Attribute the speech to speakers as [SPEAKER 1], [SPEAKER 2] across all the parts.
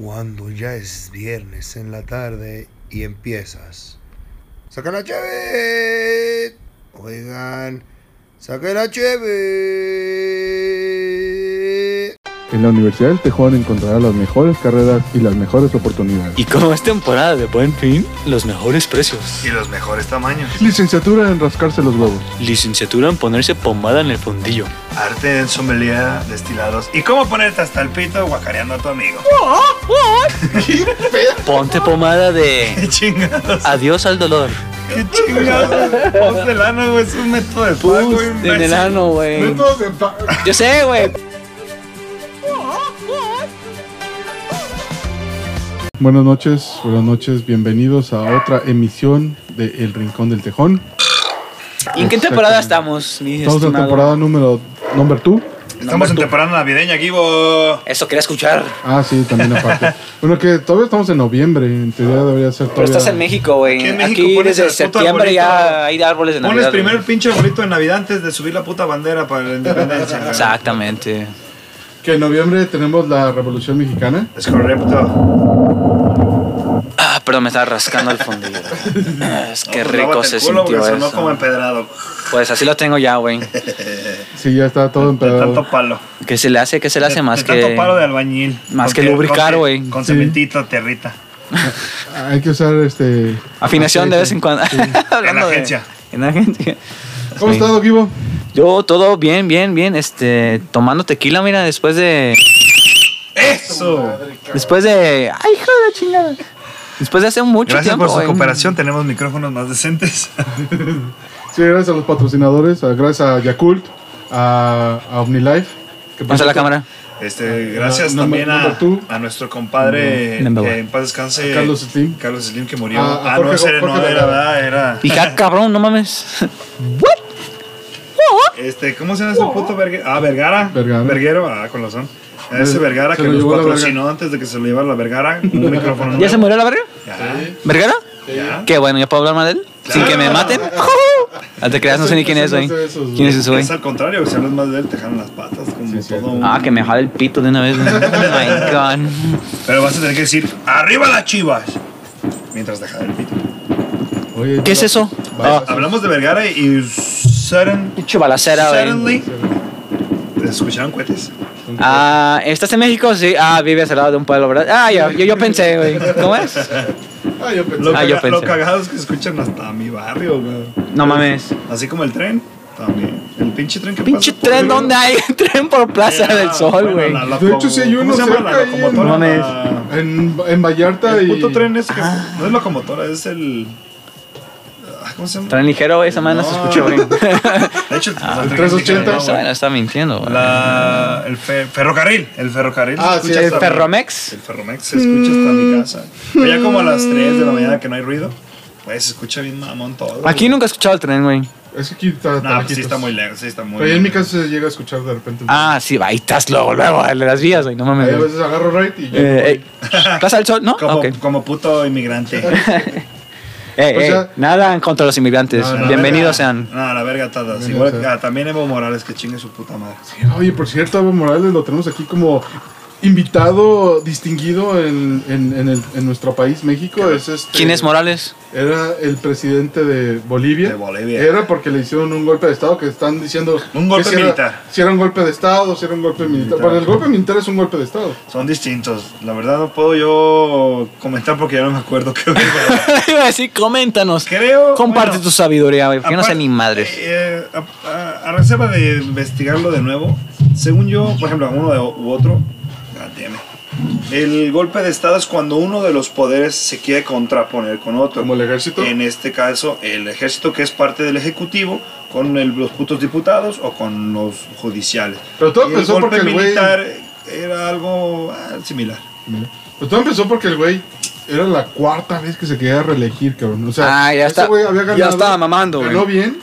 [SPEAKER 1] cuando ya es viernes en la tarde y empiezas. ¡Saca la cheve! Oigan, saca la cheve.
[SPEAKER 2] En la Universidad del Tejón encontrarás las mejores carreras y las mejores oportunidades.
[SPEAKER 3] Y como es temporada de buen fin, los mejores precios.
[SPEAKER 4] Y los mejores tamaños.
[SPEAKER 2] Licenciatura en rascarse los huevos.
[SPEAKER 3] Licenciatura en ponerse pomada en el fondillo.
[SPEAKER 4] Arte en sommelier, destilados. ¿Y cómo ponerte hasta el pito guacareando a tu amigo?
[SPEAKER 3] Ponte pomada de
[SPEAKER 4] ¡Qué chingados!
[SPEAKER 3] adiós al dolor.
[SPEAKER 4] ¡Qué chingados! Pos del ano, güey. Es un método de pago,
[SPEAKER 3] Pus
[SPEAKER 4] imbécil.
[SPEAKER 3] en el ano, güey. Yo sé, güey.
[SPEAKER 2] Buenas noches, buenas noches, bienvenidos a otra emisión de El Rincón del Tejón.
[SPEAKER 3] ¿Y en qué temporada estamos, mi
[SPEAKER 2] Estamos en la
[SPEAKER 3] estimado?
[SPEAKER 2] temporada número number 2.
[SPEAKER 4] Estamos en temporada navideña, Gibo.
[SPEAKER 3] Eso quería escuchar.
[SPEAKER 2] Ah, sí, también aparte. bueno, que todavía estamos en noviembre, en teoría debería ser
[SPEAKER 3] Pero
[SPEAKER 2] todavía.
[SPEAKER 3] estás en México, güey.
[SPEAKER 4] Aquí en México
[SPEAKER 3] Aquí
[SPEAKER 4] pones
[SPEAKER 3] desde
[SPEAKER 4] el puto
[SPEAKER 3] septiembre ya
[SPEAKER 4] arbolito.
[SPEAKER 3] hay árboles de
[SPEAKER 4] Pones
[SPEAKER 3] Navidad.
[SPEAKER 4] primero el
[SPEAKER 3] güey.
[SPEAKER 4] pinche bolito de Navidad antes de subir la puta bandera para la independencia. güey.
[SPEAKER 3] Exactamente.
[SPEAKER 2] Que en noviembre tenemos la Revolución Mexicana.
[SPEAKER 4] Es correcto.
[SPEAKER 3] Ah, perdón, me estaba rascando el fondillo. Ah, Es que
[SPEAKER 4] Pues lávate
[SPEAKER 3] rico
[SPEAKER 4] el
[SPEAKER 3] se
[SPEAKER 4] culo,
[SPEAKER 3] sintió
[SPEAKER 4] güey, Sonó como
[SPEAKER 3] eso.
[SPEAKER 4] empedrado.
[SPEAKER 3] Pues así lo tengo ya, güey.
[SPEAKER 2] Sí, ya está todo
[SPEAKER 4] De
[SPEAKER 2] empedrado.
[SPEAKER 4] tanto palo.
[SPEAKER 3] ¿Qué se le hace? ¿Qué se le hace
[SPEAKER 4] De-
[SPEAKER 3] más
[SPEAKER 4] de tanto
[SPEAKER 3] que...?
[SPEAKER 4] palo de albañil. Con
[SPEAKER 3] más que
[SPEAKER 4] te-
[SPEAKER 3] lubricar,
[SPEAKER 4] con-
[SPEAKER 3] güey.
[SPEAKER 4] Con
[SPEAKER 2] Sí.
[SPEAKER 4] cementito, territa.
[SPEAKER 2] Hay que usar este.
[SPEAKER 3] Afinación de vez en cuando.
[SPEAKER 4] En la
[SPEAKER 3] de-
[SPEAKER 4] agencia.
[SPEAKER 3] en la agencia.
[SPEAKER 2] ¿Cómo
[SPEAKER 3] Sí.
[SPEAKER 2] estás, Guivo?
[SPEAKER 3] Yo todo bien, bien, bien. Este, tomando tequila, mira, después de...
[SPEAKER 4] ¡Eso!
[SPEAKER 3] Después de... ¡Ay, hijo de la chingada! Después de hace mucho
[SPEAKER 4] Gracias
[SPEAKER 3] tiempo,
[SPEAKER 4] por su
[SPEAKER 3] güey.
[SPEAKER 4] cooperación. Tenemos micrófonos más decentes.
[SPEAKER 2] Sí, gracias a los patrocinadores, a- gracias a Yakult, a, a OmniLife. que
[SPEAKER 3] Vamos a la
[SPEAKER 2] presenta-
[SPEAKER 3] cámara.
[SPEAKER 4] Este, gracias
[SPEAKER 2] Ah, no,
[SPEAKER 4] también
[SPEAKER 2] no,
[SPEAKER 4] a,
[SPEAKER 2] no, tú.
[SPEAKER 4] a nuestro compadre
[SPEAKER 3] No, no, no.
[SPEAKER 4] que en paz descanse.
[SPEAKER 2] A Carlos Slim.
[SPEAKER 4] Carlos Slim que murió.
[SPEAKER 2] A- a
[SPEAKER 4] ah, no,
[SPEAKER 2] Jorge-
[SPEAKER 4] ese no
[SPEAKER 2] Jorge
[SPEAKER 4] era,
[SPEAKER 2] Vergara.
[SPEAKER 4] ¿verdad? Era.
[SPEAKER 3] Y ja, cabrón, no mames. ¿What?
[SPEAKER 4] Este, ¿cómo se llama ese puto vergue- Ah, Vergara.
[SPEAKER 2] Vergara.
[SPEAKER 4] Verguero, ah, con razón. Ese
[SPEAKER 2] Se-
[SPEAKER 4] Vergara
[SPEAKER 2] se
[SPEAKER 4] que
[SPEAKER 2] lo
[SPEAKER 4] nos
[SPEAKER 2] llevó la
[SPEAKER 4] patrocinó antes de que se lo llevara la Vergara. Un micrófono
[SPEAKER 3] ¿Ya se
[SPEAKER 4] nuevo.
[SPEAKER 3] murió la verga?
[SPEAKER 4] Ya,
[SPEAKER 3] ¿Vergara?
[SPEAKER 4] ya.
[SPEAKER 3] Qué bueno, ¿ya puedo hablar más de él? Sin que me maten. No te creas, no sé ni quién es, güey. ¿Quién es ese, güey?
[SPEAKER 4] Es al contrario, si hablas más de él, te jalan las patas como
[SPEAKER 2] sí.
[SPEAKER 4] todo un-
[SPEAKER 3] Ah, que me jale el pito de una vez. güey. Oh my god.
[SPEAKER 4] Pero vas a tener que decir, ¡arriba las chivas! Mientras te jalan el pito.
[SPEAKER 2] Oye,
[SPEAKER 3] ¿Qué es eso? Ah.
[SPEAKER 2] Vaya,
[SPEAKER 4] Hablamos de Vergara y sudden,
[SPEAKER 3] Pinche balacera, güey.
[SPEAKER 4] suddenly ¿Te escucharon cohetes.
[SPEAKER 3] Ah, ¿estás en México? Sí. Ah, vives al lado de un pueblo, ¿verdad? Ah, yo, yo, yo pensé, güey. ¿Cómo es?
[SPEAKER 2] Ah, yo pensé.
[SPEAKER 4] Lo,
[SPEAKER 3] Ah, yo
[SPEAKER 4] caga- lo
[SPEAKER 3] pensé.
[SPEAKER 4] cagado es que escuchan hasta mi barrio, güey.
[SPEAKER 3] No mames.
[SPEAKER 4] Así como el tren, también. El pinche tren que
[SPEAKER 3] Pinche
[SPEAKER 4] pasa por
[SPEAKER 3] tren,
[SPEAKER 4] ahí,
[SPEAKER 3] ¿dónde hay? Tren por Plaza
[SPEAKER 4] Ah,
[SPEAKER 3] del Sol,
[SPEAKER 4] bueno,
[SPEAKER 3] güey.
[SPEAKER 4] la- la
[SPEAKER 2] De hecho,
[SPEAKER 4] loco-
[SPEAKER 2] sí hay
[SPEAKER 4] ¿cómo
[SPEAKER 2] uno
[SPEAKER 4] se llama
[SPEAKER 2] cerca
[SPEAKER 4] la
[SPEAKER 2] ahí en-
[SPEAKER 4] locomotora?
[SPEAKER 3] No mames. Ah.
[SPEAKER 4] La-
[SPEAKER 2] En, en Vallarta
[SPEAKER 4] El
[SPEAKER 2] y.
[SPEAKER 4] puto tren es que no es locomotora, es el. ah, ¿Cómo se llama?
[SPEAKER 3] Tren Ah, ligero, güey. Esa madre no se
[SPEAKER 4] No.
[SPEAKER 3] escucha, güey.
[SPEAKER 4] De hecho, el tren
[SPEAKER 2] 380.
[SPEAKER 4] ligero,
[SPEAKER 3] Esa madre
[SPEAKER 4] güey.
[SPEAKER 3] no está mintiendo, güey.
[SPEAKER 4] La- el fe- ferrocarril, el ferrocarril.
[SPEAKER 2] Ah,
[SPEAKER 4] se
[SPEAKER 2] sí,
[SPEAKER 4] escucha
[SPEAKER 2] el
[SPEAKER 3] ¿El
[SPEAKER 4] hasta-
[SPEAKER 3] Ferromex?
[SPEAKER 4] El Ferromex se escucha hasta mi casa. Pero ya como a las 3 de la mañana que no hay ruido, pues se escucha bien mamón todo.
[SPEAKER 3] Aquí nunca he escuchado el tren, güey.
[SPEAKER 2] Es que aquí está.
[SPEAKER 4] No, pues
[SPEAKER 2] aquí
[SPEAKER 4] sí está muy lejos, sí está muy
[SPEAKER 2] Pero ahí en mi casa se llega a escuchar de repente.
[SPEAKER 3] Ah, sí, ahí estás luego, luego, de las vías, güey. No
[SPEAKER 2] Ahí
[SPEAKER 3] mames.
[SPEAKER 2] a
[SPEAKER 3] güey.
[SPEAKER 2] veces agarro right y ya.
[SPEAKER 3] pues, Eh, eh, Plaza del Sol, ¿no?
[SPEAKER 4] Como,
[SPEAKER 3] Ok.
[SPEAKER 4] como puto inmigrante.
[SPEAKER 3] Eh,
[SPEAKER 2] O
[SPEAKER 3] eh,
[SPEAKER 2] sea-
[SPEAKER 3] nada en contra de los inmigrantes.
[SPEAKER 2] No, no,
[SPEAKER 4] La
[SPEAKER 3] Bienvenidos
[SPEAKER 4] verga-
[SPEAKER 3] sean.
[SPEAKER 4] No, la verga todas.
[SPEAKER 2] Bienvenidos
[SPEAKER 4] Igual,
[SPEAKER 2] sean.
[SPEAKER 4] ah, también Evo Morales, que chingue su puta madre.
[SPEAKER 2] Oye, por cierto, Evo Morales lo tenemos aquí como invitado distinguido en, en, en, el- en nuestro país, México. Es este,
[SPEAKER 3] ¿Quién es Morales?
[SPEAKER 2] Era el presidente de Bolivia.
[SPEAKER 4] De Bolivia.
[SPEAKER 2] Era porque le hicieron un golpe de Estado que están diciendo.
[SPEAKER 4] Un golpe
[SPEAKER 2] que si era-
[SPEAKER 4] militar.
[SPEAKER 2] si era un golpe de Estado, si era un golpe militar. Bueno, el golpe militar es un golpe de Estado.
[SPEAKER 4] Son distintos. La verdad no puedo yo comentar porque ya no me acuerdo qué verga.
[SPEAKER 3] Iba a decir, coméntanos.
[SPEAKER 4] Creo.
[SPEAKER 3] Comparte
[SPEAKER 4] bueno,
[SPEAKER 3] tu sabiduría, güey. Que no sé
[SPEAKER 4] apar-
[SPEAKER 3] ni madres.
[SPEAKER 4] eh, a, a- a reserva de investigarlo de nuevo, según yo, por ejemplo, uno de- u otro, ah, damn it. el golpe de Estado es cuando uno de los poderes se quiere contraponer con otro.
[SPEAKER 2] Como el ejército.
[SPEAKER 4] En este caso, el ejército que es parte del ejecutivo con el- los putos diputados o con los judiciales.
[SPEAKER 2] Pero todo
[SPEAKER 4] Y
[SPEAKER 2] empezó
[SPEAKER 4] el golpe
[SPEAKER 2] porque el güey-
[SPEAKER 4] militar era algo ah, similar.
[SPEAKER 2] Pero Pues todo empezó porque el güey era la cuarta vez que se quería reelegir, cabrón. O sea,
[SPEAKER 3] Ah, ya
[SPEAKER 2] ese
[SPEAKER 3] está-
[SPEAKER 2] güey había
[SPEAKER 3] ya
[SPEAKER 2] ganado.
[SPEAKER 3] estaba mamando, güey.
[SPEAKER 2] Ganó bien,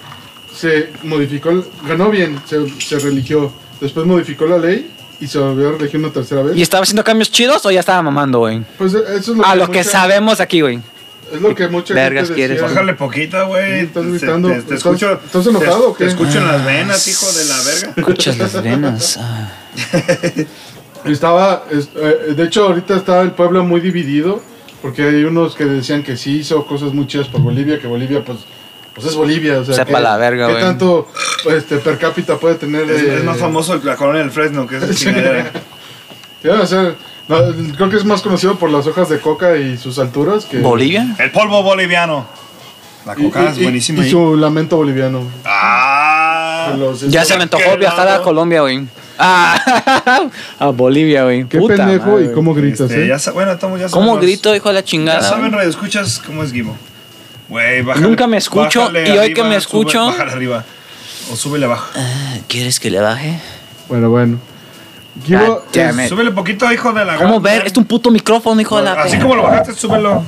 [SPEAKER 2] se modificó, el- ganó bien, se, se religió. Después modificó la ley y se volvió a reelegir una tercera vez.
[SPEAKER 3] ¿Y estaba haciendo cambios chidos o ya estaba mamando, güey?
[SPEAKER 2] Pues eso es lo
[SPEAKER 3] A lo
[SPEAKER 2] mucha-
[SPEAKER 3] que sabemos aquí, güey.
[SPEAKER 2] Es lo que mucha
[SPEAKER 3] Vergas
[SPEAKER 2] gente
[SPEAKER 3] quieres.
[SPEAKER 2] decía.
[SPEAKER 4] Bájale poquita, güey.
[SPEAKER 2] Estás
[SPEAKER 4] Se-
[SPEAKER 2] gritando.
[SPEAKER 4] Te, te
[SPEAKER 2] ¿Estás-
[SPEAKER 4] escucho.
[SPEAKER 2] estás
[SPEAKER 4] te-
[SPEAKER 2] enojado o qué?
[SPEAKER 4] Te escucho en las venas, hijo de la verga.
[SPEAKER 3] Escuchas las venas. ah.
[SPEAKER 2] Estaba, es- eh, de hecho, ahorita está el pueblo muy dividido, porque hay unos que decían que sí hizo cosas muy chidas por Bolivia, que Bolivia, pues, pues es Bolivia. O sea,
[SPEAKER 3] Sepa
[SPEAKER 2] que-
[SPEAKER 3] la verga,
[SPEAKER 2] ¿Qué
[SPEAKER 3] güey.
[SPEAKER 2] tanto este, per cápita puede tener?
[SPEAKER 4] Es,
[SPEAKER 2] eh,
[SPEAKER 4] es más famoso el- la colonia del Fresno que esa chingadera.
[SPEAKER 2] sí, o sea, no, creo que es más conocido por las hojas de coca y sus alturas que.
[SPEAKER 3] ¿Bolivia?
[SPEAKER 4] El polvo boliviano. La
[SPEAKER 2] y-
[SPEAKER 4] coca es
[SPEAKER 2] y- y-
[SPEAKER 4] buenísima.
[SPEAKER 2] Y
[SPEAKER 4] ahí.
[SPEAKER 2] su lamento boliviano.
[SPEAKER 4] Ah.
[SPEAKER 2] Los- este,
[SPEAKER 3] Ya se me antojó viajar a Colombia, güey. Ah, a Bolivia, güey.
[SPEAKER 2] Qué
[SPEAKER 3] Puta
[SPEAKER 2] pendejo
[SPEAKER 3] madre,
[SPEAKER 2] y
[SPEAKER 3] güey.
[SPEAKER 2] cómo gritas,
[SPEAKER 4] Este,
[SPEAKER 2] ¿eh?
[SPEAKER 4] ya sa- bueno, estamos ya
[SPEAKER 3] ¿Cómo
[SPEAKER 4] sabemos-
[SPEAKER 3] grito, hijo de la
[SPEAKER 4] Ya
[SPEAKER 3] chingada?
[SPEAKER 4] saben, radio escuchas cómo es Gimo. Güey, bájale-
[SPEAKER 3] Nunca me escucho,
[SPEAKER 4] bájale
[SPEAKER 3] y hoy que me
[SPEAKER 4] sube-
[SPEAKER 3] escucho-
[SPEAKER 4] bájale arriba. O súbele abajo.
[SPEAKER 3] Ah, ¿Quieres que le baje?
[SPEAKER 2] Bueno, bueno. Gibo,
[SPEAKER 3] Ah, damn
[SPEAKER 2] es-
[SPEAKER 3] Eh. it.
[SPEAKER 4] Súbele poquito, hijo de la
[SPEAKER 3] ¿Cómo
[SPEAKER 4] gran-
[SPEAKER 3] ver? Es un puto micrófono, hijo de la
[SPEAKER 4] Así
[SPEAKER 3] verga.
[SPEAKER 4] como lo bajaste, súbelo.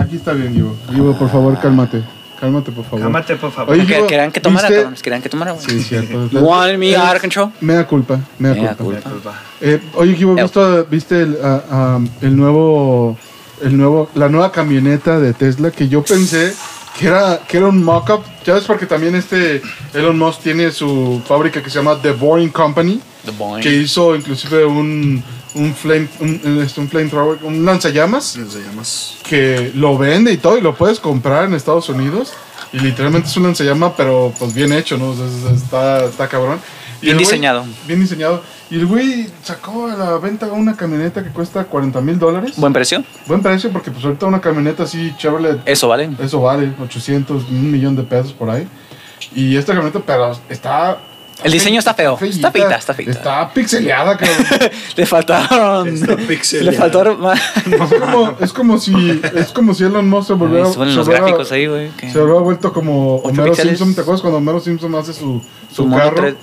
[SPEAKER 2] aquí está bien, Gibo. Gibo, por favor, cálmate. Cálmate, por favor.
[SPEAKER 4] Cámate, por favor.
[SPEAKER 2] Oye,
[SPEAKER 3] Que-
[SPEAKER 2] Gibo,
[SPEAKER 3] Querían que tomara,
[SPEAKER 2] ¿viste?
[SPEAKER 3] cabrón, Querían que tomara, güey.
[SPEAKER 2] Sí, cierto.
[SPEAKER 3] One me out of control.
[SPEAKER 2] Mea culpa, mea,
[SPEAKER 3] Mea
[SPEAKER 2] culpa.
[SPEAKER 3] culpa.
[SPEAKER 2] Eh, oye, Gibo, ¿visto- ¿viste el, ah, ah, el nuevo, el nuevo, la nueva camioneta de Tesla que yo pensé que era, que era un mock-up? Ya ves, porque también este Elon Musk tiene su fábrica que se llama The Boring Company,
[SPEAKER 3] The boy.
[SPEAKER 2] que hizo inclusive un, un flame, un, un- este, un flamethrower, un lanzallamas,
[SPEAKER 4] Se llamas.
[SPEAKER 2] que lo vende y todo, y lo puedes comprar en Estados Unidos. Y literalmente es un lanzallamas, pero pues bien hecho, ¿no? O sea, es- está, está cabrón. Y
[SPEAKER 3] Bien
[SPEAKER 2] el güey-
[SPEAKER 3] diseñado.
[SPEAKER 2] bien diseñado. Y el güey sacó a la venta una camioneta que cuesta 40 mil dólares.
[SPEAKER 3] Buen precio.
[SPEAKER 2] Buen precio porque pues ahorita una camioneta así Chevrolet,
[SPEAKER 3] Eso vale.
[SPEAKER 2] eso vale 800, un millón de pesos por ahí. Y esta camioneta, pero está...
[SPEAKER 3] El diseño está feo.
[SPEAKER 2] feíta,
[SPEAKER 3] Está feita, está feita.
[SPEAKER 2] Está pixeleada, cabrón.
[SPEAKER 3] Le faltaron.
[SPEAKER 4] Está
[SPEAKER 3] Le
[SPEAKER 4] pixeleado.
[SPEAKER 3] faltaron más.
[SPEAKER 2] es, como, es como si es como si Elon Musk se volviera...
[SPEAKER 3] Suben
[SPEAKER 2] se
[SPEAKER 3] los
[SPEAKER 2] hubiera-
[SPEAKER 3] gráficos ahí, güey. que-
[SPEAKER 2] Se habría vuelto como
[SPEAKER 3] Ocho
[SPEAKER 2] Homero
[SPEAKER 3] píxeles.
[SPEAKER 2] Simpson. ¿Te acuerdas cuando Homero Simpson hace su,
[SPEAKER 3] su
[SPEAKER 2] su
[SPEAKER 3] mono
[SPEAKER 2] carro?
[SPEAKER 3] tres-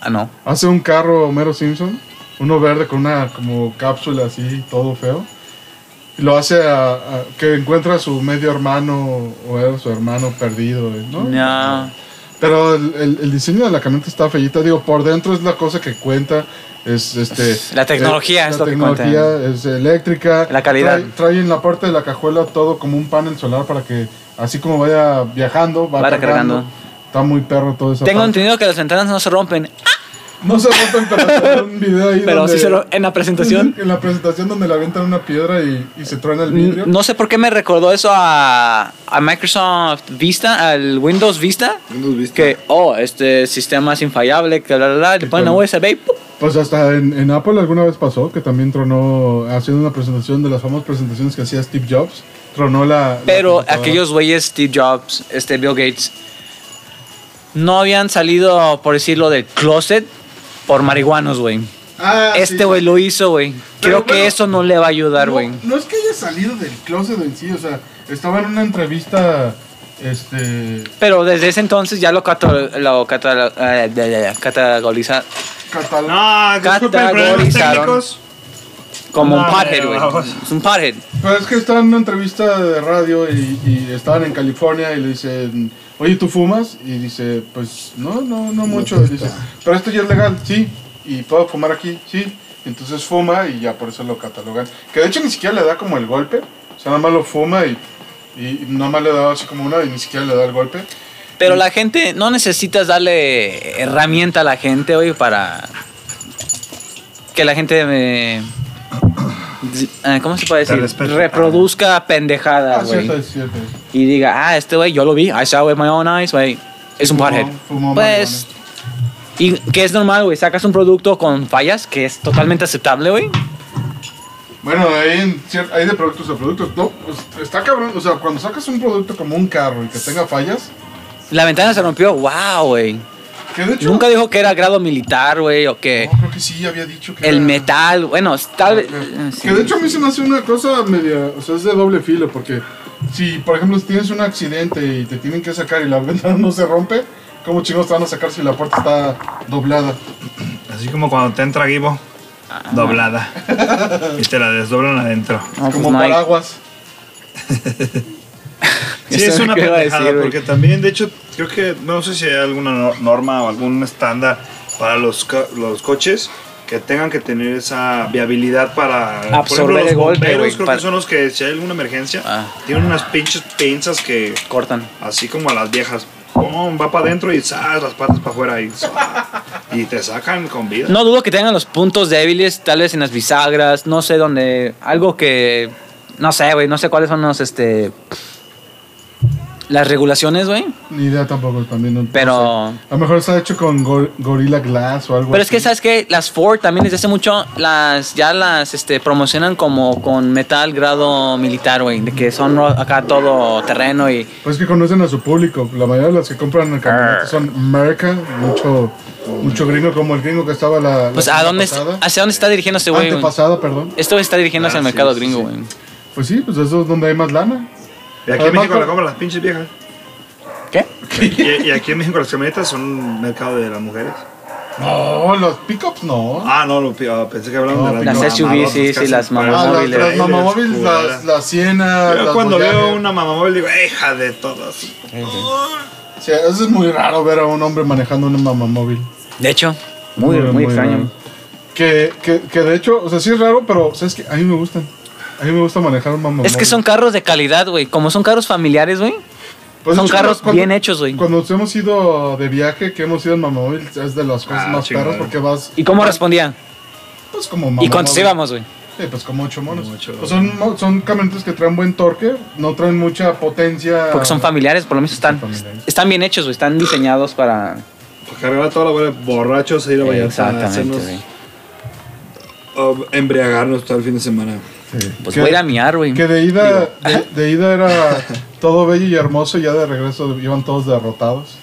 [SPEAKER 3] Ah, no.
[SPEAKER 2] Hace un carro Homero Simpson, uno verde con una como cápsula así, todo feo. Y lo hace a, a- que encuentra a su medio hermano o era su hermano perdido, ¿eh? ¿no?
[SPEAKER 3] No.
[SPEAKER 2] Pero el, el- el diseño de la camioneta está fellita, digo, por dentro es la cosa que cuenta. Es, este,
[SPEAKER 3] La tecnología
[SPEAKER 2] eh,
[SPEAKER 3] es
[SPEAKER 2] la
[SPEAKER 3] lo que
[SPEAKER 2] tecnología
[SPEAKER 3] cuenta.
[SPEAKER 2] es eléctrica.
[SPEAKER 3] La calidad.
[SPEAKER 2] Trae, trae en la parte de la cajuela todo como un panel solar para que, así como vaya viajando, va
[SPEAKER 3] Va
[SPEAKER 2] cargando.
[SPEAKER 3] recargando.
[SPEAKER 2] Está muy perro todo eso.
[SPEAKER 3] Tengo entendido que las ventanas no se rompen,
[SPEAKER 2] No se rompen, pero está un video ahí.
[SPEAKER 3] pero
[SPEAKER 2] donde-
[SPEAKER 3] sí se rom- en la presentación.
[SPEAKER 2] En la presentación donde le aventan una piedra y, y se truena el vidrio.
[SPEAKER 3] No sé por qué me recordó eso a, a Microsoft Vista, al Windows Vista. Que, oh, este sistema es infallable, que bla, bla, bla, le
[SPEAKER 2] Sí,
[SPEAKER 3] ponen la
[SPEAKER 2] claro.
[SPEAKER 3] USB y ¡pum!
[SPEAKER 2] Pues hasta en, en Apple alguna vez pasó que también tronó, haciendo una presentación de las famosas presentaciones que hacía Steve Jobs, tronó la... la
[SPEAKER 3] Pero
[SPEAKER 2] computadora.
[SPEAKER 3] aquellos güeyes, Steve Jobs, este Bill Gates, no habían salido, por decirlo, del closet por marihuanos, güey.
[SPEAKER 2] Ah, sí,
[SPEAKER 3] Este
[SPEAKER 2] sí.
[SPEAKER 3] güey lo hizo, güey.
[SPEAKER 2] Pero
[SPEAKER 3] Creo que
[SPEAKER 2] bueno,
[SPEAKER 3] eso no le va a ayudar, güey.
[SPEAKER 2] No, no es que haya salido del closet en sí, o sea, estaba en una entrevista, este...
[SPEAKER 3] Pero desde ese entonces ya lo, catal- lo catal- eh, de- de- categoriza
[SPEAKER 2] catalán.
[SPEAKER 4] No, disculpen problemas
[SPEAKER 3] Categorizaron.
[SPEAKER 4] técnicos.
[SPEAKER 3] como un
[SPEAKER 2] Ah,
[SPEAKER 4] No,
[SPEAKER 3] pothead, güey.
[SPEAKER 4] no.
[SPEAKER 3] Es un pothead.
[SPEAKER 2] Pero Pues es que estaba en una entrevista de radio y, y estaban en California y le dicen, oye, ¿tú fumas? Y dice, pues no, no, pues no mucho. Y dice, pero esto ya es legal, sí. Y puedo fumar aquí, sí. Entonces fuma y ya por eso lo catalogan. Que de hecho ni siquiera le da como el golpe. O sea, nada más lo fuma y, y nada más le da así como una y ni siquiera le da el golpe.
[SPEAKER 3] Pero la gente, no necesitas darle herramienta a la gente, güey, para que la gente eh, eh, ¿Cómo se puede
[SPEAKER 4] Te
[SPEAKER 3] decir?
[SPEAKER 4] respeta.
[SPEAKER 3] Reproduzca pendejadas,
[SPEAKER 2] Ah,
[SPEAKER 3] güey.
[SPEAKER 2] cierto, es cierto.
[SPEAKER 3] y diga, ah, este güey, yo lo vi, I saw with my own eyes, güey. Es un
[SPEAKER 2] Fumó-
[SPEAKER 3] pothead.
[SPEAKER 2] fumó
[SPEAKER 3] Pues, y que es normal, güey, sacas un producto con fallas, que es totalmente aceptable, güey.
[SPEAKER 2] Bueno, hay, en cier- hay de productos a productos. No, pues, está cabrón. O sea, cuando sacas un producto como un carro y que tenga fallas,
[SPEAKER 3] La ventana se rompió, wow, güey.
[SPEAKER 2] que de hecho...
[SPEAKER 3] Nunca dijo que era grado militar, güey, o que
[SPEAKER 2] No, creo que sí, había dicho que.
[SPEAKER 3] Eh, el
[SPEAKER 2] era-
[SPEAKER 3] metal, bueno, tal vez... eh, sí.
[SPEAKER 2] Que de hecho a mí se me hace una cosa media. O sea, es de doble filo, porque si, por ejemplo, si tienes un accidente y te tienen que sacar y la ventana no se rompe, ¿cómo chingados te van a sacar si la puerta está doblada?
[SPEAKER 4] Así como cuando te entra Gibo. Doblada. Y te la desdoblan adentro.
[SPEAKER 3] No, pues,
[SPEAKER 2] como
[SPEAKER 3] no hay-
[SPEAKER 2] paraguas.
[SPEAKER 4] Sí,
[SPEAKER 3] Eso
[SPEAKER 4] es una
[SPEAKER 3] que iba a
[SPEAKER 4] pendejada,
[SPEAKER 3] decir, güey.
[SPEAKER 4] porque también, de hecho, creo que no sé si hay alguna no- norma o algún estándar para los, ca- los coches que tengan que tener esa viabilidad para por
[SPEAKER 3] Absorber
[SPEAKER 4] los
[SPEAKER 3] el golpe,
[SPEAKER 4] bomberos,
[SPEAKER 3] güey,
[SPEAKER 4] creo
[SPEAKER 3] para-
[SPEAKER 4] que son los que si hay alguna emergencia
[SPEAKER 3] Ah.
[SPEAKER 4] tienen unas pinches pinzas que
[SPEAKER 3] Cortan.
[SPEAKER 4] así como a las viejas pum, va para adentro y zas, las patas para afuera y, zas, y te sacan con vida.
[SPEAKER 3] No dudo que tengan los puntos débiles, tal vez en las bisagras, no sé dónde. Algo que. No sé, güey, no sé cuáles son los. este Las regulaciones, güey.
[SPEAKER 2] Ni idea tampoco, también no.
[SPEAKER 3] Pero-
[SPEAKER 2] no sé. A lo mejor está hecho con gor- Gorilla Glass o algo
[SPEAKER 3] Pero es
[SPEAKER 2] así.
[SPEAKER 3] que, ¿sabes qué? Las Ford también desde hace mucho las ya las este, promocionan como con metal grado militar, güey. De que son ro- acá todo terreno y.
[SPEAKER 2] Pues que conocen a su público. La mayoría de las que compran camionetas son America, mucho, mucho gringo, como el gringo que estaba la. la
[SPEAKER 3] Pues, ¿a
[SPEAKER 2] semana
[SPEAKER 3] dónde,
[SPEAKER 2] pasada.
[SPEAKER 3] ¿hacia dónde está dirigiendo este güey? güey?
[SPEAKER 2] Antepasada, perdón.
[SPEAKER 3] Esto está dirigiéndose
[SPEAKER 4] Ah,
[SPEAKER 3] al
[SPEAKER 4] sí,
[SPEAKER 3] mercado
[SPEAKER 4] sí,
[SPEAKER 3] gringo,
[SPEAKER 4] sí.
[SPEAKER 3] güey.
[SPEAKER 2] Pues sí, pues eso es donde hay más lana.
[SPEAKER 4] Y aquí
[SPEAKER 2] Además,
[SPEAKER 4] en México
[SPEAKER 2] con-
[SPEAKER 4] la compran las pinches viejas.
[SPEAKER 3] ¿Qué?
[SPEAKER 4] Y, y aquí en México las camionetas son un mercado de las mujeres.
[SPEAKER 2] No, los pickups no.
[SPEAKER 4] Ah, no, lo, pi- ah, pensé que hablaban
[SPEAKER 2] No,
[SPEAKER 4] de
[SPEAKER 2] las
[SPEAKER 4] mamadotas
[SPEAKER 3] SUVs, sí,
[SPEAKER 4] casi
[SPEAKER 3] sí, las
[SPEAKER 4] para-
[SPEAKER 2] Ah, las,
[SPEAKER 3] mamamóviles.
[SPEAKER 2] las mamamóviles, las, las Siena,
[SPEAKER 4] Yo
[SPEAKER 2] las
[SPEAKER 4] cuando
[SPEAKER 2] Voyager.
[SPEAKER 4] veo una mamamóvil digo, hija de todas.
[SPEAKER 2] Sí, eso es muy raro ver a un hombre manejando una mamamóvil.
[SPEAKER 3] De hecho, muy, muy, extraño.
[SPEAKER 2] raro. Que, que, que de hecho, o sea, sí es raro, pero sabes que a mí me gustan. A mí me gusta manejar un mamamóvil.
[SPEAKER 3] Es que son carros de calidad, güey. Como son carros familiares, güey.
[SPEAKER 2] Pues,
[SPEAKER 3] son
[SPEAKER 2] de hecho,
[SPEAKER 3] carros bien hechos, güey.
[SPEAKER 2] Cuando nos hemos ido de viaje, que hemos ido en mamamóvil, es de las cosas
[SPEAKER 4] Ah,
[SPEAKER 2] más
[SPEAKER 4] chingón.
[SPEAKER 2] perras porque vas,
[SPEAKER 3] ¿Y cómo respondían?
[SPEAKER 2] pues como mamamóvil.
[SPEAKER 3] ¿Y cuántos íbamos, güey?
[SPEAKER 2] Sí, pues como ocho monos.
[SPEAKER 4] Como ocho.
[SPEAKER 2] Pues son, mo- son camionetas que traen buen torque, no traen mucha potencia.
[SPEAKER 3] Porque son familiares, por lo menos están,
[SPEAKER 2] familiares.
[SPEAKER 3] están bien hechos, güey. Están diseñados para.
[SPEAKER 4] Porque arriba toda la bola de borrachos a ir a Vallarta a
[SPEAKER 3] Exactamente,
[SPEAKER 4] hacernos-
[SPEAKER 3] güey.
[SPEAKER 4] a embriagarnos todo el fin de semana.
[SPEAKER 2] Sí.
[SPEAKER 3] Pues
[SPEAKER 2] Que-
[SPEAKER 3] voy a ir a miar, güey.
[SPEAKER 2] Que de ida,
[SPEAKER 3] Digo,
[SPEAKER 2] de, de ida era todo bello y hermoso, y ya de regreso iban todos derrotados.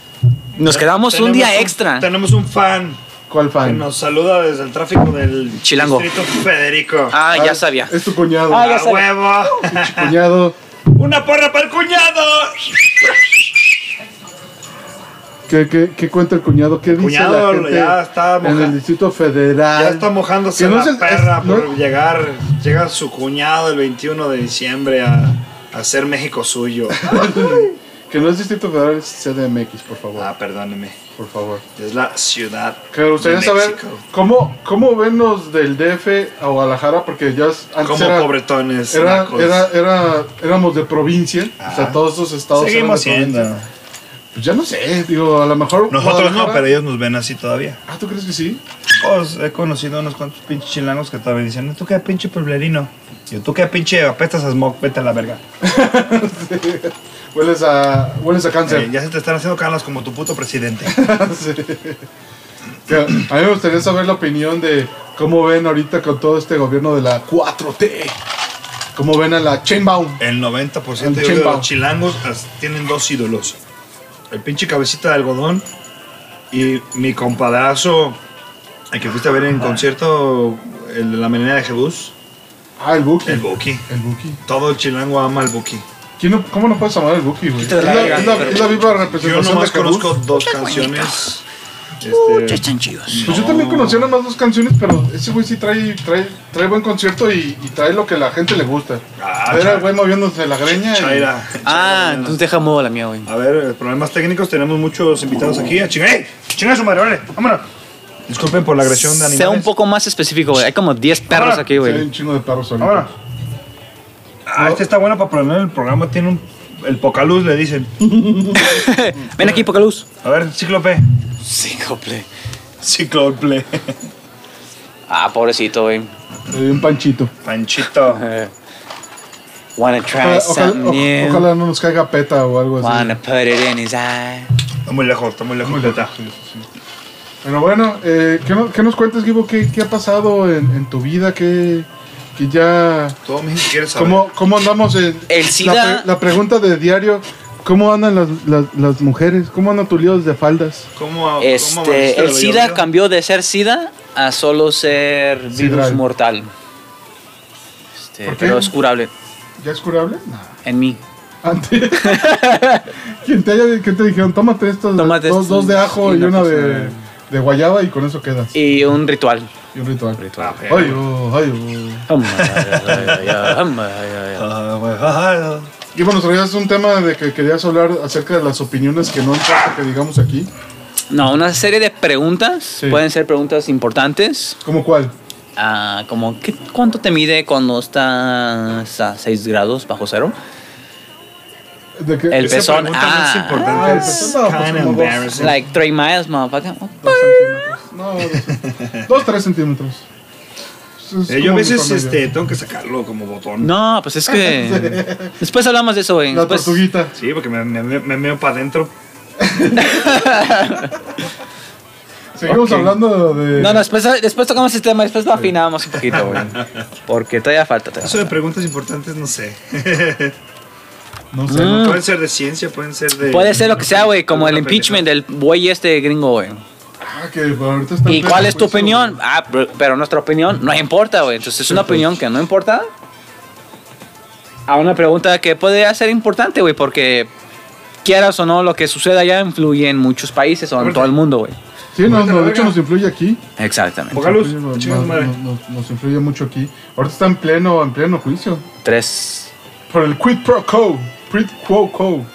[SPEAKER 3] Nos quedamos un
[SPEAKER 4] Tenemos
[SPEAKER 3] día extra.
[SPEAKER 4] Tenemos un fan
[SPEAKER 2] ¿Cuál
[SPEAKER 4] que
[SPEAKER 2] fan?
[SPEAKER 4] nos saluda desde el tráfico del
[SPEAKER 3] Chilango.
[SPEAKER 4] Distrito Federico.
[SPEAKER 3] Ah, ya sabía.
[SPEAKER 2] Es tu cuñado.
[SPEAKER 3] Ah, ya
[SPEAKER 4] ¡A
[SPEAKER 3] sabía.
[SPEAKER 4] huevo!
[SPEAKER 2] Cuñado,
[SPEAKER 4] ¡Una porra para el cuñado!
[SPEAKER 2] ¿qué, qué, qué cuenta el cuñado? ¿Qué dice
[SPEAKER 4] Cuñado,
[SPEAKER 2] la gente
[SPEAKER 4] ya está
[SPEAKER 2] en
[SPEAKER 4] moja-
[SPEAKER 2] el Distrito Federal?
[SPEAKER 4] Ya está mojándose
[SPEAKER 2] Que no
[SPEAKER 4] la
[SPEAKER 2] es el-
[SPEAKER 4] perra
[SPEAKER 2] es-
[SPEAKER 4] por
[SPEAKER 2] no-
[SPEAKER 4] llegar. Llega su cuñado el 21 de diciembre a, a hacer México suyo.
[SPEAKER 2] Que no es Distrito Federal, es CDMX, por favor.
[SPEAKER 4] Ah, perdóneme.
[SPEAKER 2] Por favor.
[SPEAKER 4] Es la ciudad.
[SPEAKER 2] Que me gustaría
[SPEAKER 4] de
[SPEAKER 2] saber
[SPEAKER 4] México.
[SPEAKER 2] cómo, cómo ven los del DF a Guadalajara, porque ya es- antes
[SPEAKER 4] Como
[SPEAKER 2] era,
[SPEAKER 4] pobretones.
[SPEAKER 2] era,
[SPEAKER 4] nacos.
[SPEAKER 2] era- era- éramos de provincia, o sea,
[SPEAKER 4] Ah.
[SPEAKER 2] todos esos estados eran
[SPEAKER 4] Seguimos
[SPEAKER 2] de provincia.
[SPEAKER 4] siendo.
[SPEAKER 2] Pues ya no sé, digo, a lo mejor.
[SPEAKER 4] Nosotros no,
[SPEAKER 2] Guadalajara-
[SPEAKER 4] pero ellos nos ven así todavía.
[SPEAKER 2] Ah, ¿tú crees que sí?
[SPEAKER 4] Pues, he conocido unos cuantos pinches chilangos que todavía dicen, tú qué pinche pueblerino. Yo, tú qué pinche apestas a smoke, vete a la verga.
[SPEAKER 2] Hueles a, hueles a
[SPEAKER 4] Eh,
[SPEAKER 2] cáncer.
[SPEAKER 4] ya se te están haciendo canas como tu puto presidente.
[SPEAKER 2] Sí. Que A mí me gustaría saber la opinión de cómo ven ahorita con todo este gobierno de la 4T. ¿Cómo ven a la Chainbaum?
[SPEAKER 4] El 90%
[SPEAKER 2] El
[SPEAKER 4] yo creo, de
[SPEAKER 2] chimba.
[SPEAKER 4] los chilangos as- tienen dos ídolos. El pinche cabecita de algodón y mi compadrazo, el que fuiste a ver en concierto, el de la menina de Jebus,
[SPEAKER 2] Ah, el Buki.
[SPEAKER 4] el Buki.
[SPEAKER 2] El Buki.
[SPEAKER 4] Todo el chilango ama al Buki.
[SPEAKER 2] ¿Quién no- ¿Cómo no puedes llamar el Buki, güey? Es
[SPEAKER 3] Quítate la
[SPEAKER 2] la,
[SPEAKER 3] verga,
[SPEAKER 2] es la-
[SPEAKER 3] pero-
[SPEAKER 2] es la viva
[SPEAKER 4] Yo
[SPEAKER 2] representación
[SPEAKER 4] nomás
[SPEAKER 2] de Jebus.
[SPEAKER 4] conozco dos canciones.
[SPEAKER 3] Puta,
[SPEAKER 4] este,
[SPEAKER 3] están chidos.
[SPEAKER 2] Pues yo también conocía nomás dos canciones, pero ese güey sí trae, trae, trae buen concierto y, y trae lo que la gente le gusta. Era
[SPEAKER 4] Ah, Chaira.
[SPEAKER 2] el güey moviéndose la greña. y-
[SPEAKER 4] Chaira.
[SPEAKER 3] Ah, entonces deja mudo la mía, güey.
[SPEAKER 4] A ver, eh, problemas técnicos, tenemos muchos invitados aquí. ¡A chingar! ¡Ey! ¡Chinga su madre, órale! ¡Vámonos! Disculpen por la agresión de animales.
[SPEAKER 3] Sea un poco más específico, güey. Hay como 10 perros
[SPEAKER 4] Ahora,
[SPEAKER 3] aquí,
[SPEAKER 2] Ah, Sí, hay
[SPEAKER 3] güey.
[SPEAKER 2] un chingo de perros ahorita.
[SPEAKER 4] Ahora. Ah, este está bueno para poner el programa. Tiene un. El Pocaluz le dicen.
[SPEAKER 3] Ven aquí, poca luz.
[SPEAKER 4] A ver, Cíclope.
[SPEAKER 3] Sí,
[SPEAKER 4] Cíclope.
[SPEAKER 3] Ah, pobrecito, güey.
[SPEAKER 2] Le di un panchito.
[SPEAKER 4] Panchito.
[SPEAKER 3] Eh, Wanna try
[SPEAKER 2] Ojalá,
[SPEAKER 3] something
[SPEAKER 2] ojalá- o-
[SPEAKER 3] new.
[SPEAKER 2] ojalá no nos caiga peta o algo así.
[SPEAKER 3] Wanna put it in his eye.
[SPEAKER 4] Está muy lejos, está muy lejos. Teta.
[SPEAKER 2] Pero bueno, eh, ¿qué, no- qué nos cuentas, Gibo? ¿Qué, qué ha pasado en, en tu vida? ¿Qué, qué ya...
[SPEAKER 4] Todo México quiere saber.
[SPEAKER 2] ¿Cómo, cómo andamos en...
[SPEAKER 3] El
[SPEAKER 2] la
[SPEAKER 3] SIDA-
[SPEAKER 2] pre- La, pregunta de diario, ¿cómo andan las, las- las mujeres? ¿Cómo andan tus líos de faldas?
[SPEAKER 4] ¿Cómo, cómo
[SPEAKER 3] Este,
[SPEAKER 4] amaneciste
[SPEAKER 3] el
[SPEAKER 4] de
[SPEAKER 3] SIDA
[SPEAKER 4] Bellavista?
[SPEAKER 3] cambió de ser SIDA a solo ser virus
[SPEAKER 2] Sidral.
[SPEAKER 3] mortal. Este,
[SPEAKER 2] ¿Por qué?
[SPEAKER 3] pero es curable
[SPEAKER 2] ¿Ya es curable? No.
[SPEAKER 3] en mí.
[SPEAKER 2] Antes. ¿Quién te, haya, quién te dijeron? Tómate estos
[SPEAKER 3] Tómate
[SPEAKER 2] dos,
[SPEAKER 3] estos
[SPEAKER 2] dos de ajo
[SPEAKER 3] y
[SPEAKER 2] y
[SPEAKER 3] una
[SPEAKER 2] una
[SPEAKER 3] cosa
[SPEAKER 2] de,
[SPEAKER 3] de-
[SPEAKER 2] de guayaba y con eso quedas.
[SPEAKER 3] Y un ritual.
[SPEAKER 2] Y un ritual.
[SPEAKER 4] Ah, feo.
[SPEAKER 2] Ay, oh, ay, oh.
[SPEAKER 4] Ah, güey, ah, ah.
[SPEAKER 2] Y bueno, traías un tema de que querías hablar acerca de las opiniones que no encaja que digamos aquí.
[SPEAKER 3] No, una serie de preguntas. Pueden ser preguntas importantes.
[SPEAKER 2] ¿Cómo cuál?
[SPEAKER 3] ah, como, ¿qué, ¿cuánto te mide cuando estás a 6 grados bajo cero?
[SPEAKER 2] ¿De qué?
[SPEAKER 3] El
[SPEAKER 2] Ese-
[SPEAKER 3] pezón, ah.
[SPEAKER 4] es importante.
[SPEAKER 2] Ah,
[SPEAKER 4] It's
[SPEAKER 2] el pezón, no, pues,
[SPEAKER 4] kinda
[SPEAKER 2] como dos.
[SPEAKER 4] embarrassing.
[SPEAKER 3] Like three miles, motherfucker.
[SPEAKER 2] Dos centímetros. No, dos centímetros. dos, tres centímetros. Es- es como
[SPEAKER 4] Eh, yo a
[SPEAKER 2] mi
[SPEAKER 4] veces
[SPEAKER 2] promedio.
[SPEAKER 4] este, tengo que sacarlo como botón.
[SPEAKER 3] No, pues es que. Después hablamos de eso, güey.
[SPEAKER 2] La
[SPEAKER 3] Después-
[SPEAKER 2] tortuguita.
[SPEAKER 4] Sí, porque me, me, me- me meo para adentro.
[SPEAKER 2] Seguimos
[SPEAKER 4] Ok.
[SPEAKER 2] hablando de.
[SPEAKER 3] No, no, después, después tocamos el tema, después lo afinamos un poquito, güey. Porque todavía falta. todavía
[SPEAKER 4] Eso de
[SPEAKER 3] falta.
[SPEAKER 4] preguntas importantes, no sé.
[SPEAKER 2] No sé.
[SPEAKER 3] Mm.
[SPEAKER 4] Pueden ser de ciencia, pueden ser de.
[SPEAKER 3] Puede ser lo que sea, güey, como el
[SPEAKER 4] Una
[SPEAKER 3] impeachment
[SPEAKER 4] pendejada.
[SPEAKER 3] del güey este gringo, güey.
[SPEAKER 2] Ah, que ahorita está pues,
[SPEAKER 3] ¿Y
[SPEAKER 2] en pleno
[SPEAKER 3] cuál es tu
[SPEAKER 2] juicio,
[SPEAKER 3] opinión?
[SPEAKER 2] güey.
[SPEAKER 3] Ah, pero- pero nuestra opinión no importa, güey. Entonces es una opinión que no importa. A una pregunta que podría ser importante, güey, porque quieras o no, lo que suceda allá influye en muchos países o en todo el mundo, güey.
[SPEAKER 2] Sí, no,
[SPEAKER 4] Ahorita
[SPEAKER 2] no,
[SPEAKER 4] la
[SPEAKER 2] de hecho
[SPEAKER 4] verga.
[SPEAKER 2] nos influye aquí.
[SPEAKER 3] Exactamente.
[SPEAKER 4] Póngalos,
[SPEAKER 2] Nos influye,
[SPEAKER 4] chingas
[SPEAKER 2] nos-
[SPEAKER 4] madre.
[SPEAKER 2] nos- nos- nos influye mucho aquí. Ahorita está en pleno, en pleno juicio.
[SPEAKER 3] Tres.
[SPEAKER 2] Por el quid pro quo. Quid quo quo.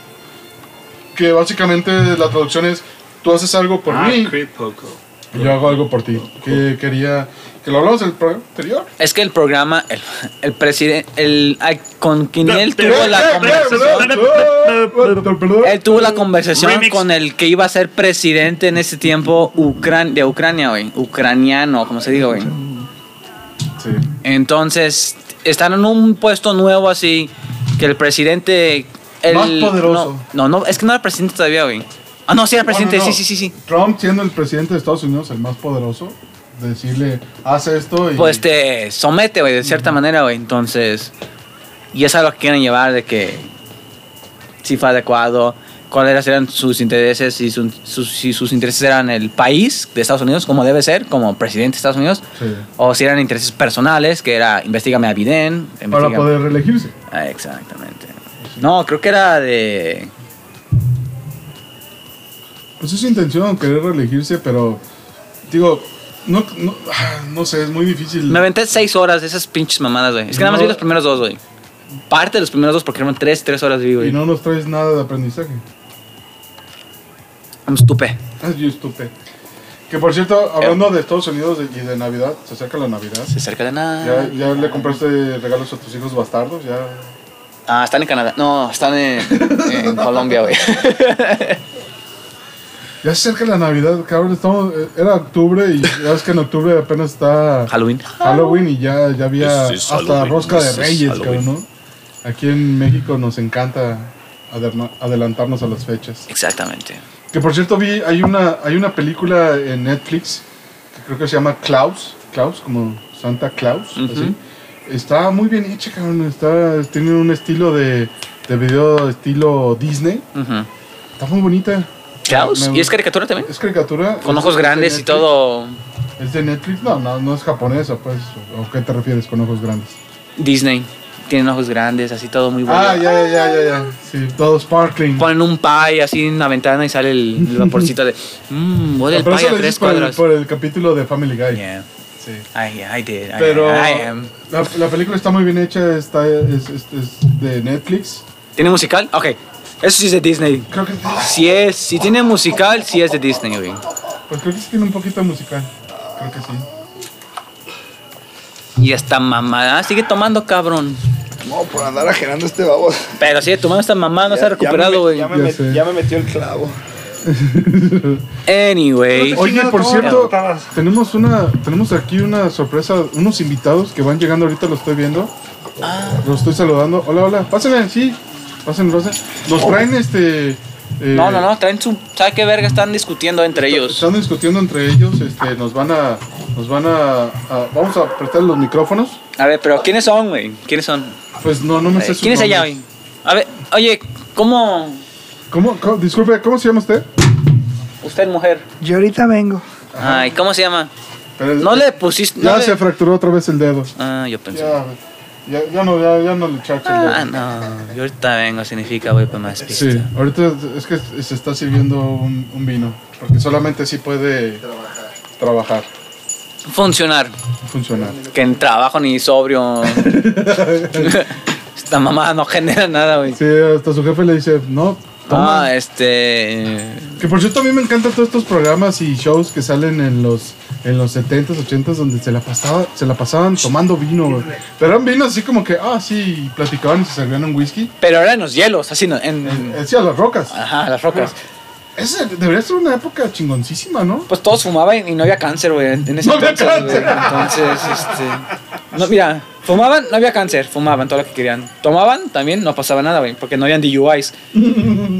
[SPEAKER 2] Que básicamente la traducción es: tú haces algo por
[SPEAKER 4] Ah,
[SPEAKER 2] mí,
[SPEAKER 4] Creed Poco.
[SPEAKER 2] y yo hago algo por ti. Que quería. Que lo hablamos en el programa anterior.
[SPEAKER 3] Es que el programa, el, el presidente, el, ay, con quien él
[SPEAKER 4] Te-
[SPEAKER 3] tuvo
[SPEAKER 4] te-
[SPEAKER 3] la
[SPEAKER 4] te-
[SPEAKER 3] conversación. Él tuvo
[SPEAKER 2] Mm,
[SPEAKER 3] la conversación
[SPEAKER 4] Remix.
[SPEAKER 3] con el que iba a ser presidente en ese tiempo Ucran de Ucrania, güey. Ucraniano, como se diga, güey.
[SPEAKER 2] Sí.
[SPEAKER 3] Entonces, están en un puesto nuevo así, que el presidente... el-
[SPEAKER 2] Más poderoso.
[SPEAKER 3] No, no, no, es que no era presidente todavía, güey. Ah, no, sí era presidente,
[SPEAKER 2] No, no, no.
[SPEAKER 3] sí, sí, sí, sí.
[SPEAKER 2] Trump, siendo el presidente de Estados Unidos, el más poderoso, decirle: haz esto y.
[SPEAKER 3] Pues te somete, güey, de cierta manera, güey. Entonces, y eso es lo que quieren llevar, de que si fue adecuado, cuáles eran sus intereses, si, su- sus- si sus intereses eran el país de Estados Unidos, como debe ser, como presidente de Estados Unidos,
[SPEAKER 2] Sí.
[SPEAKER 3] o si eran intereses personales, que era, investigame a Biden.
[SPEAKER 2] Para
[SPEAKER 3] investígame-
[SPEAKER 2] poder reelegirse.
[SPEAKER 3] Ah, exactamente. No, creo que era de...
[SPEAKER 2] Pues es su intención querer reelegirse, pero digo, no, no, ah, no sé, es muy difícil.
[SPEAKER 3] Me aventé seis horas de esas pinches mamadas, güey. Es que nada más
[SPEAKER 2] No.
[SPEAKER 3] vi los primeros dos, güey. Parte de los primeros dos porque eran tres, tres horas vi,
[SPEAKER 2] Y
[SPEAKER 3] güey.
[SPEAKER 2] no nos traes nada de aprendizaje.
[SPEAKER 3] Me estupé.
[SPEAKER 2] Es yo estúpido. Que por cierto, hablando de Estados Unidos y de Navidad, se acerca la Navidad.
[SPEAKER 3] Se acerca de nada.
[SPEAKER 2] ¿Ya, ya le compraste regalos a tus hijos bastardos? ¿Ya?
[SPEAKER 3] Ah, están en Canadá. No, están en, en Colombia, güey.
[SPEAKER 2] ya se acerca la Navidad, cabrón. Estamos, eh, era octubre y ya ves que en octubre apenas está
[SPEAKER 3] Halloween.
[SPEAKER 2] Halloween y ya, ya había
[SPEAKER 5] This is
[SPEAKER 2] hasta
[SPEAKER 5] Halloween,
[SPEAKER 2] rosca de
[SPEAKER 5] this is
[SPEAKER 2] reyes,
[SPEAKER 5] Halloween.
[SPEAKER 2] cabrón, ¿no? Aquí en México nos encanta aderna- adelantarnos a las fechas.
[SPEAKER 3] Exactamente.
[SPEAKER 2] Que por cierto vi, hay una, hay una película en Netflix que creo que se llama Klaus, Klaus, como Santa Claus,
[SPEAKER 3] Ujú.
[SPEAKER 2] así. Está muy bien hecha, cabrón. Está, tiene un estilo de, de video estilo Disney.
[SPEAKER 3] Ujú.
[SPEAKER 2] Está muy bonita.
[SPEAKER 3] Klaus.
[SPEAKER 2] Me-
[SPEAKER 3] ¿Y es caricatura también?
[SPEAKER 2] Es caricatura.
[SPEAKER 3] Con
[SPEAKER 2] es-
[SPEAKER 3] ojos
[SPEAKER 2] es de
[SPEAKER 3] grandes y
[SPEAKER 2] Netflix.
[SPEAKER 3] todo.
[SPEAKER 2] ¿Es de Netflix? No, no, no es japonesa, pues. ¿O qué te refieres con ojos grandes?
[SPEAKER 3] Disney. Tienen ojos grandes, así todo muy bueno.
[SPEAKER 2] Ah, ya, ya, ya, ya, ya. Sí, todo sparkling.
[SPEAKER 3] Ponen un pie así en la ventana y sale el, el vaporcito de. Mmm, huele el
[SPEAKER 2] Pero
[SPEAKER 3] pie
[SPEAKER 2] eso
[SPEAKER 3] a
[SPEAKER 2] lo
[SPEAKER 3] tres
[SPEAKER 2] dices por el,
[SPEAKER 3] cuadros.
[SPEAKER 2] por el capítulo de Family Guy.
[SPEAKER 3] Yeah.
[SPEAKER 2] Sí.
[SPEAKER 3] I, I did. I-
[SPEAKER 2] Pero
[SPEAKER 3] I am.
[SPEAKER 2] La, la película está muy bien hecha, está, es, es- es de Netflix.
[SPEAKER 3] ¿Tiene musical? Ok. Eso sí es de Disney.
[SPEAKER 2] Creo que,
[SPEAKER 3] Si es, si tiene musical, si es de Disney, güey.
[SPEAKER 2] pues creo que sí tiene un poquito de musical. Creo que sí.
[SPEAKER 3] Y esta mamada ah, sigue tomando, cabrón.
[SPEAKER 1] No, por andar ajerando este babo.
[SPEAKER 3] Pero sigue tomando esta mamada, no se
[SPEAKER 1] Ya-
[SPEAKER 3] ha recuperado, güey.
[SPEAKER 1] Ya, me,
[SPEAKER 2] Ya
[SPEAKER 1] met- ya me
[SPEAKER 2] sé.
[SPEAKER 1] met- ya me metió el clavo.
[SPEAKER 3] Anyway.
[SPEAKER 2] Oye, por
[SPEAKER 4] todo.
[SPEAKER 2] cierto,
[SPEAKER 4] Todas.
[SPEAKER 2] tenemos una tenemos aquí una sorpresa, unos invitados que van llegando ahorita, lo estoy viendo.
[SPEAKER 3] Ah.
[SPEAKER 2] Los estoy saludando. Hola, hola. Pásenle, sí. Pásenle, pásenle. Nos traen este... eh,
[SPEAKER 3] Oh. No, no, no, traen su. ¿Sabe qué verga están discutiendo entre ellos?
[SPEAKER 2] Están discutiendo entre ellos, este, nos van a... Nos van a, a- Vamos a prestar los micrófonos.
[SPEAKER 3] A ver, pero ¿quiénes son, güey? ¿Quiénes son?
[SPEAKER 2] Pues no, no me
[SPEAKER 3] Eh,
[SPEAKER 2] sé sus
[SPEAKER 3] ¿Quién es allá,
[SPEAKER 2] nombres.
[SPEAKER 3] güey? A ver, oye, ¿cómo.
[SPEAKER 2] ¿Cómo, cómo- disculpe, ¿cómo se llama usted?
[SPEAKER 3] Usted, mujer.
[SPEAKER 6] Yo ahorita vengo.
[SPEAKER 3] Ay, ¿cómo se llama?
[SPEAKER 2] Pero-
[SPEAKER 3] No le pusiste. no
[SPEAKER 2] Ya
[SPEAKER 3] le-
[SPEAKER 2] se fracturó otra vez el dedo.
[SPEAKER 3] Ah, yo pensé.
[SPEAKER 2] Ya, ya, ya no, ya, ya no le chacha el
[SPEAKER 3] Ah,
[SPEAKER 2] dedo.
[SPEAKER 3] no. Yo ahorita vengo, significa, güey, pues más pista.
[SPEAKER 2] Sí, ahorita es que se está sirviendo un, un vino. Porque solamente así puede trabajar,
[SPEAKER 3] Funcionar.
[SPEAKER 2] funcionar.
[SPEAKER 3] Que en trabajo ni sobrio. Esta mamada no genera nada, güey.
[SPEAKER 2] Sí, hasta su jefe le dice, no, toma.
[SPEAKER 3] Ah, este.
[SPEAKER 2] Que por cierto a mí me encantan todos estos programas y shows que salen en los en los 70s, 80s, donde se la, pasaba, se la pasaban tomando vino, güey. Pero eran vinos así como que, ah, sí, y platicaban y se servían un whisky.
[SPEAKER 3] Pero eran los hielos, así, no- en,
[SPEAKER 2] Sí, a las rocas.
[SPEAKER 3] ajá, las rocas.
[SPEAKER 2] Esa debería ser una época chingoncísima, ¿no?
[SPEAKER 3] Pues todos fumaban y no había cáncer, güey, en ese
[SPEAKER 2] No había
[SPEAKER 3] entonces,
[SPEAKER 2] cáncer.
[SPEAKER 3] güey. Entonces, este... No, mira, fumaban, no había cáncer, fumaban todo lo que querían. Tomaban, también no pasaba nada, güey, porque no habían DUIs.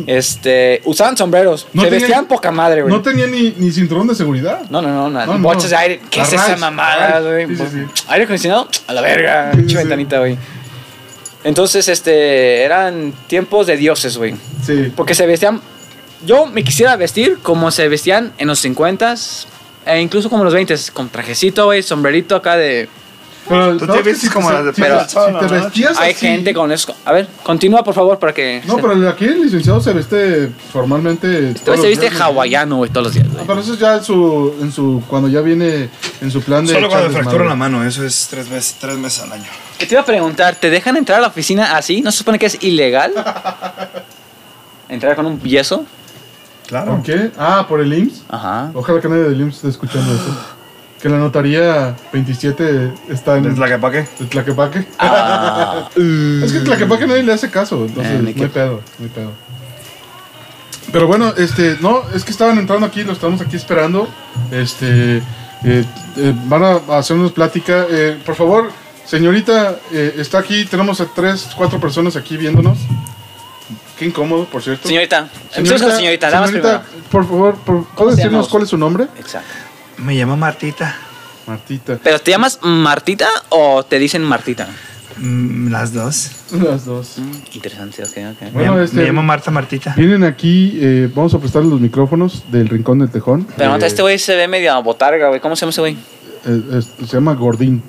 [SPEAKER 3] Este, usaban sombreros,
[SPEAKER 2] No
[SPEAKER 3] se
[SPEAKER 2] tenían-
[SPEAKER 3] vestían poca madre, güey.
[SPEAKER 2] No tenía ni, ni cinturón de seguridad.
[SPEAKER 3] No, no, no, na-
[SPEAKER 2] No, no.
[SPEAKER 3] bochas de aire. ¿Qué es
[SPEAKER 2] Arrays,
[SPEAKER 3] esa mamada, güey?
[SPEAKER 2] arrays, sí, sí, sí.
[SPEAKER 3] Aire acondicionado, a la verga,
[SPEAKER 2] Sí, sí,
[SPEAKER 3] pinche
[SPEAKER 2] sí.
[SPEAKER 3] ventanita, güey. Entonces, este, eran tiempos de dioses, güey.
[SPEAKER 2] Sí.
[SPEAKER 3] Porque se vestían. Yo me quisiera vestir como se vestían en los 50s, e incluso como en los 20s, con trajecito, güey, sombrerito acá de.
[SPEAKER 2] Pero,
[SPEAKER 4] Tú
[SPEAKER 2] no,
[SPEAKER 4] te
[SPEAKER 2] es que
[SPEAKER 4] vistes como las de
[SPEAKER 2] si,
[SPEAKER 4] Pedro
[SPEAKER 2] si
[SPEAKER 4] Ochoa,
[SPEAKER 2] te
[SPEAKER 4] ¿no?
[SPEAKER 2] vestías
[SPEAKER 3] Hay
[SPEAKER 2] así-
[SPEAKER 3] gente con eso. A ver, continúa, por favor, para que.
[SPEAKER 2] No, pero aquí el licenciado se veste formalmente.
[SPEAKER 3] Este güey
[SPEAKER 2] todos
[SPEAKER 3] se
[SPEAKER 2] los
[SPEAKER 3] viste
[SPEAKER 2] días, ¿no?
[SPEAKER 3] hawaiano, güey, todos los días,
[SPEAKER 2] Ah,
[SPEAKER 3] güey.
[SPEAKER 2] Pero eso es ya en su, en su. Cuando ya viene en su plan de.
[SPEAKER 4] Solo cuando
[SPEAKER 2] echar
[SPEAKER 4] fractura la
[SPEAKER 2] desmadre.
[SPEAKER 4] mano, eso es tres veces, tres meses al año.
[SPEAKER 3] Que te iba a preguntar, ¿te dejan entrar a la oficina así? ¿No se supone que es ilegal? ¿Entrar con un yeso?
[SPEAKER 4] Claro.
[SPEAKER 2] ¿Por qué? Ah, por el IMSS.
[SPEAKER 3] Ajá.
[SPEAKER 2] Ojalá que nadie del IMSS esté escuchando eso. Que la notaría 27 está en
[SPEAKER 4] ¿Es la que pa' qué?
[SPEAKER 2] en Tlaquepaque.
[SPEAKER 3] Ah,
[SPEAKER 2] Es que en Tlaquepaque nadie le hace caso, entonces
[SPEAKER 3] Eh, ni
[SPEAKER 2] no
[SPEAKER 3] que-
[SPEAKER 2] hay pedo, no hay pedo. Pero bueno, este, no, es que estaban entrando aquí, lo estamos aquí esperando. Este, eh, eh, van a hacernos plática. Eh, por favor, señorita, eh, está aquí, tenemos a tres, cuatro personas aquí viéndonos. Qué incómodo, por cierto.
[SPEAKER 3] señorita. Empecemos con la señorita, nada más
[SPEAKER 2] señorita,
[SPEAKER 3] primero.
[SPEAKER 2] por favor, por,
[SPEAKER 3] se
[SPEAKER 2] ¿puedes
[SPEAKER 3] llama
[SPEAKER 2] decirnos
[SPEAKER 3] usted?
[SPEAKER 2] cuál es su nombre?
[SPEAKER 3] Exacto.
[SPEAKER 4] Me llamo Martita.
[SPEAKER 2] Martita.
[SPEAKER 3] ¿Pero te llamas Martita o te dicen Martita?
[SPEAKER 4] Mm, Las dos.
[SPEAKER 2] Las dos.
[SPEAKER 3] Mm, Interesante, ok,
[SPEAKER 2] Bueno,
[SPEAKER 3] ok.
[SPEAKER 4] me, llamo-
[SPEAKER 2] este-
[SPEAKER 4] me llamo Marta Martita.
[SPEAKER 2] Vienen aquí, eh, vamos a prestarles los micrófonos del Rincón del Tejón.
[SPEAKER 3] Pero nota,
[SPEAKER 2] Eh,
[SPEAKER 3] este güey se ve media botarga, güey. ¿Cómo se llama ese güey?
[SPEAKER 2] Eh, es- se llama Gordín,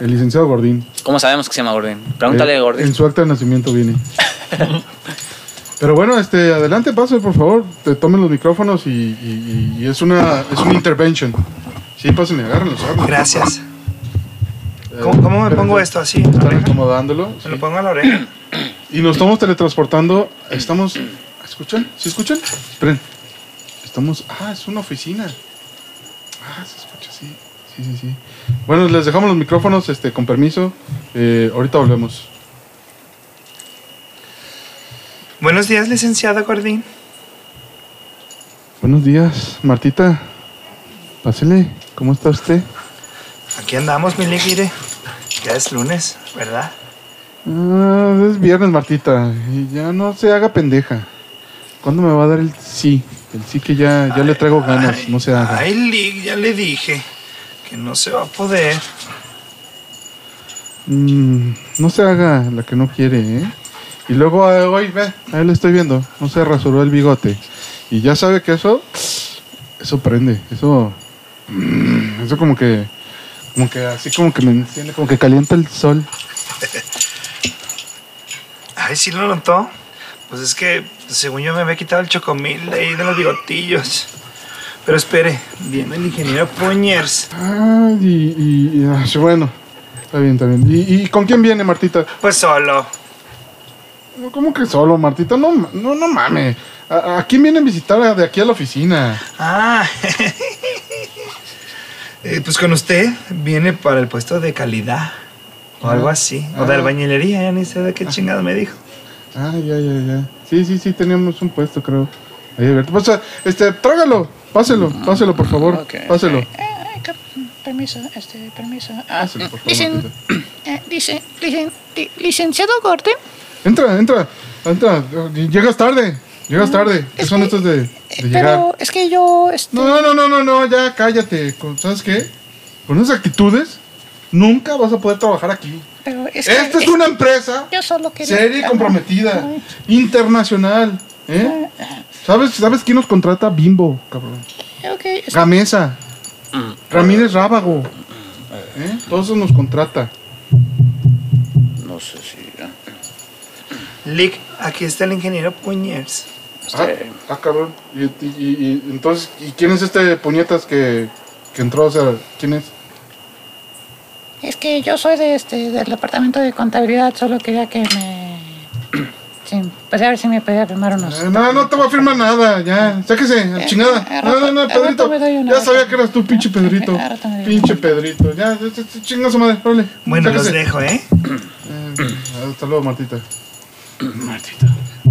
[SPEAKER 2] el licenciado Gordín.
[SPEAKER 3] ¿Cómo sabemos que se llama Gordon? Pregúntale
[SPEAKER 2] Eh,
[SPEAKER 3] a
[SPEAKER 2] En
[SPEAKER 3] Gordon.
[SPEAKER 2] su acta de nacimiento viene. Pero bueno, este, adelante, pase, por favor. Te tomen los micrófonos y, y- y- y es una es una intervention. Sí, pásenle, agárrenlos. agárrenlos.
[SPEAKER 4] Gracias.
[SPEAKER 2] Eh,
[SPEAKER 4] ¿Cómo, cómo me
[SPEAKER 2] espérense.
[SPEAKER 4] pongo esto así? ¿La
[SPEAKER 2] Están
[SPEAKER 4] oreja?
[SPEAKER 2] acomodándolo.
[SPEAKER 4] Me lo pongo a la oreja.
[SPEAKER 2] Y nos estamos teletransportando. Estamos. ¿Escuchan? ¿Sí escuchan? Esperen. Estamos. Ah, es una oficina. Ah, se escucha, sí. Sí, sí, sí. Bueno, les dejamos los micrófonos, este, con permiso. Eh, ahorita volvemos.
[SPEAKER 4] Buenos días, licenciado Gordín.
[SPEAKER 2] Buenos días, Martita. Pásele, ¿cómo está usted?
[SPEAKER 4] Aquí andamos, mi liquide. Ya es lunes, ¿verdad?
[SPEAKER 2] Ah, es viernes, Martita. Y ya no se haga pendeja. ¿Cuándo me va a dar el sí? El sí que ya, ya le traigo ganas,
[SPEAKER 4] Ay,
[SPEAKER 2] no se haga.
[SPEAKER 4] Ay, Lick, ya le dije que no se va a poder.
[SPEAKER 2] Mm, no se haga la que no quiere, ¿eh? Y luego eh, hoy, ve, ahí lo estoy viendo, no se rasuró el bigote. Y ya sabe que eso, eso prende, eso, mm, eso como que, como que así como que me enciende, como que calienta el sol.
[SPEAKER 4] Ay, sí lo notó. Pues es que, según yo, me había quitado el chocomil de ahí de los bigotillos. Pero espere, viene el ingeniero Puñers.
[SPEAKER 2] Ah, y, y- y, ah, sí, bueno, está bien, está bien. ¿Y, y con quién viene Martita?
[SPEAKER 4] Pues solo.
[SPEAKER 2] No, ¿Cómo que solo, Martita? No, ma- no, no mames. ¿A, a quién viene a visitar de aquí a la oficina?
[SPEAKER 4] Ah, eh, pues con usted viene para el puesto de calidad. O algo así. O de
[SPEAKER 2] Ah.
[SPEAKER 4] albañilería, ya ni sé de qué chingado me dijo.
[SPEAKER 2] Ah, ya, ya, ya. Sí, sí, sí, teníamos un puesto, creo. Ahí, Alberto. Pues, ah, este, trágalo. Páselo, páselo, por favor.
[SPEAKER 3] Mm, Ok,
[SPEAKER 2] páselo.
[SPEAKER 3] ok.
[SPEAKER 5] Eh, cap- permiso, este, permiso. Ah,
[SPEAKER 2] Páselo, por favor.
[SPEAKER 5] dicen,
[SPEAKER 2] Martita.
[SPEAKER 5] eh, dice, dicen, di- licenciado eh, Gordon,
[SPEAKER 2] Entra, entra, entra. Llegas tarde, llegas tarde. ¿Qué
[SPEAKER 5] es
[SPEAKER 2] son
[SPEAKER 5] que-
[SPEAKER 2] estos de, de
[SPEAKER 5] eh,
[SPEAKER 2] llegar?
[SPEAKER 5] pero es que yo, este,
[SPEAKER 2] No, no, no, no, no, ya cállate. Con- ¿Sabes qué? Con esas actitudes nunca vas a poder trabajar aquí.
[SPEAKER 5] pero es que
[SPEAKER 2] Esta es
[SPEAKER 5] eh,
[SPEAKER 2] una empresa
[SPEAKER 5] yo solo quería.
[SPEAKER 2] seria y
[SPEAKER 5] Ah,
[SPEAKER 2] comprometida,
[SPEAKER 5] ay,
[SPEAKER 2] internacional.
[SPEAKER 5] Ah,
[SPEAKER 2] ¿eh? ¿Sabes, ¿Sabes quién nos contrata? Bimbo, cabrón.
[SPEAKER 5] Ah, ok, es- Mm.
[SPEAKER 2] Gamesa. Ramírez Rábago. ¿Eh? Todo eso nos contrata.
[SPEAKER 3] No sé si.
[SPEAKER 4] Lick, aquí está el ingeniero Puñers.
[SPEAKER 2] Ah, ah, cabrón. Y, y- y- y entonces, ¿y quién es este puñetas que, que entró? O sea, ¿quién es?
[SPEAKER 5] es que yo soy de este, del departamento de contabilidad, solo quería que me, sin pues a ver si me podía firmar unos.
[SPEAKER 2] Eh, No, no te voy a firmar nada, ya. Sáquese, a chingada. No, no, no,
[SPEAKER 5] Eh, al rato
[SPEAKER 2] Pedrito.
[SPEAKER 5] me doy una
[SPEAKER 2] Ya
[SPEAKER 5] vuelta.
[SPEAKER 2] sabía que eras tú, pinche Pedrito.
[SPEAKER 5] al rato me doy
[SPEAKER 2] Pinche Pedrito. Ya, ya, ya, chinga su madre, órale.
[SPEAKER 4] Bueno, los
[SPEAKER 2] sáquese.
[SPEAKER 4] dejo, ¿eh?
[SPEAKER 2] Eh, Hasta luego, Martita.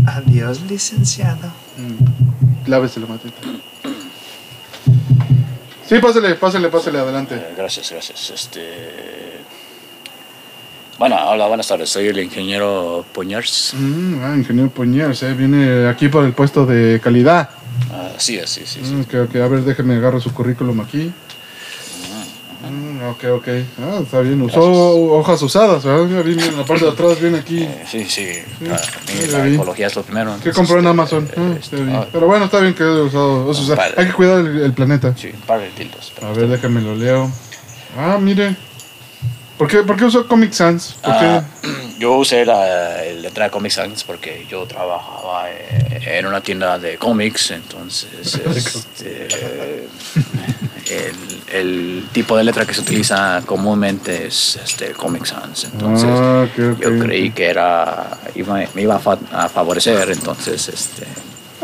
[SPEAKER 4] Adiós, licenciado.
[SPEAKER 2] Láveselo, Martita. Sí, pásale, pásale, pásale, adelante.
[SPEAKER 3] Eh, Gracias, gracias. Este... Bueno, hola, buenas tardes. Soy el ingeniero Puñers.
[SPEAKER 2] Mm, ah, ingeniero Poñers, eh, viene aquí por el puesto de calidad.
[SPEAKER 3] Ah, sí, sí, sí. sí.
[SPEAKER 2] Mm, ok, ok, a ver, déjeme agarrar su currículum aquí. Mm, ok, ok. Ah, está bien. Usó hojas usadas, ¿verdad? Mira, Viene en la parte de atrás, viene aquí.
[SPEAKER 3] Eh, sí, sí. Ah,
[SPEAKER 2] sí,
[SPEAKER 3] la
[SPEAKER 2] la vi.
[SPEAKER 3] ecología es lo primero.
[SPEAKER 2] Que
[SPEAKER 3] entonces,
[SPEAKER 2] compró en
[SPEAKER 3] este,
[SPEAKER 2] Amazon.
[SPEAKER 3] eh,
[SPEAKER 2] Ah,
[SPEAKER 3] este,
[SPEAKER 2] está bien.
[SPEAKER 3] ah,
[SPEAKER 2] Pero bueno, está bien que haya usado. o sea,
[SPEAKER 3] Ah, padre.
[SPEAKER 2] hay que cuidar el, el planeta.
[SPEAKER 3] sí, un par de tildos.
[SPEAKER 2] A ver, déjame lo leo. Ah, mire. ¿Por qué, por qué usó Comic Sans? ¿Por qué?
[SPEAKER 3] Ah, yo usé la, el letra de Comic Sans porque yo trabajaba eh, en una tienda de cómics, entonces este, el, el tipo de letra que se utiliza comúnmente es este Comic Sans, entonces
[SPEAKER 2] Ah, ok, ok.
[SPEAKER 3] yo creí que era iba- me iba a, fa- a favorecer, entonces este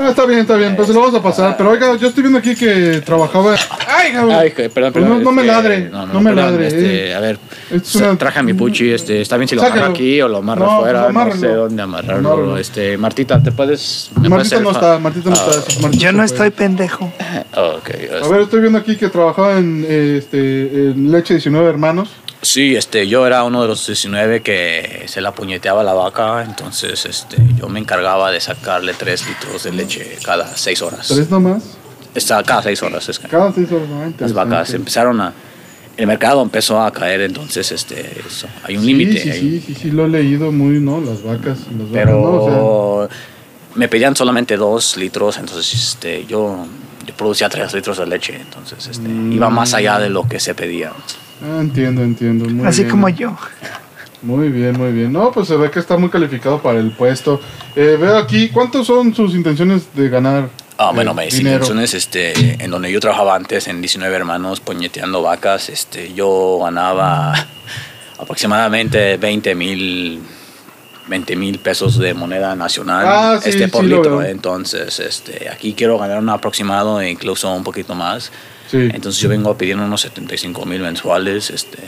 [SPEAKER 2] Ah, está bien, está bien. Pues se lo vamos a pasar. Pero oiga, yo estoy viendo aquí que trabajaba. ¡Ay, cabrón!
[SPEAKER 3] Eh, Ay, que- perdón,
[SPEAKER 2] Pues
[SPEAKER 3] perdón.
[SPEAKER 2] no, no me
[SPEAKER 3] este,
[SPEAKER 2] ladre. No, me
[SPEAKER 3] perdón,
[SPEAKER 2] ladre.
[SPEAKER 3] este,
[SPEAKER 2] eh.
[SPEAKER 3] a ver,
[SPEAKER 2] Es una-
[SPEAKER 3] traje a mi puchi. Este, está bien si lo amarro
[SPEAKER 2] Sácalo.
[SPEAKER 3] aquí o lo amarro
[SPEAKER 2] No,
[SPEAKER 3] afuera.
[SPEAKER 2] pues
[SPEAKER 3] no sé
[SPEAKER 2] amárralo.
[SPEAKER 3] dónde amarrarlo.
[SPEAKER 2] Amárralo.
[SPEAKER 3] Este, Martita, ¿te puedes.? me puedes
[SPEAKER 2] Martita
[SPEAKER 3] hacer
[SPEAKER 2] no
[SPEAKER 3] el fa-
[SPEAKER 2] está, Martita no
[SPEAKER 3] Ah,
[SPEAKER 2] está. Martita
[SPEAKER 4] Yo no
[SPEAKER 2] se fue.
[SPEAKER 4] estoy pendejo.
[SPEAKER 3] ok,
[SPEAKER 2] A
[SPEAKER 3] este,
[SPEAKER 2] ver, estoy viendo aquí que trabajaba en, eh, este, en Leche 19 Hermanos.
[SPEAKER 3] Sí, este, yo era uno de los 19 que se la puñeteaba la vaca. Entonces, este, yo me encargaba de sacarle 3 litros de leche cada 6 horas.
[SPEAKER 2] Tres nomás.
[SPEAKER 3] Está cada 6 horas, es que.
[SPEAKER 2] Cada seis horas. ah,
[SPEAKER 3] Las
[SPEAKER 2] interesante.
[SPEAKER 3] vacas empezaron a. El mercado empezó a caer, entonces, este, eso, hay un
[SPEAKER 2] Sí,
[SPEAKER 3] límite.
[SPEAKER 2] Sí,
[SPEAKER 3] hay-
[SPEAKER 2] sí, sí, sí, lo he leído muy, ¿no? Las vacas. Las
[SPEAKER 3] pero
[SPEAKER 2] vacas, ¿no? O sea,
[SPEAKER 3] me pedían solamente dos litros, entonces este, yo, yo producía tres litros de leche, entonces este,
[SPEAKER 2] Mm.
[SPEAKER 3] iba más allá de lo que se pedía.
[SPEAKER 2] Ah, Entiendo, entiendo. Muy
[SPEAKER 4] Así
[SPEAKER 2] bien.
[SPEAKER 4] como yo.
[SPEAKER 2] Muy bien, muy bien. No, pues se ve que está muy calificado para el puesto. Eh, veo aquí, ¿cuántos son sus intenciones de ganar?
[SPEAKER 3] Ah,
[SPEAKER 2] eh,
[SPEAKER 3] bueno, mis
[SPEAKER 2] dinero?
[SPEAKER 3] intenciones, este, en donde yo trabajaba antes, en 19 hermanos, puñeteando vacas, este, yo ganaba aproximadamente 20 mil 20 mil pesos de moneda nacional
[SPEAKER 2] Ah, sí,
[SPEAKER 3] este, por
[SPEAKER 2] sí lo
[SPEAKER 3] litro.
[SPEAKER 2] veo.
[SPEAKER 3] Entonces, este, aquí quiero ganar un aproximado e incluso un poquito más.
[SPEAKER 2] Sí.
[SPEAKER 3] Entonces yo vengo pidiendo unos 75 mil mensuales. Este,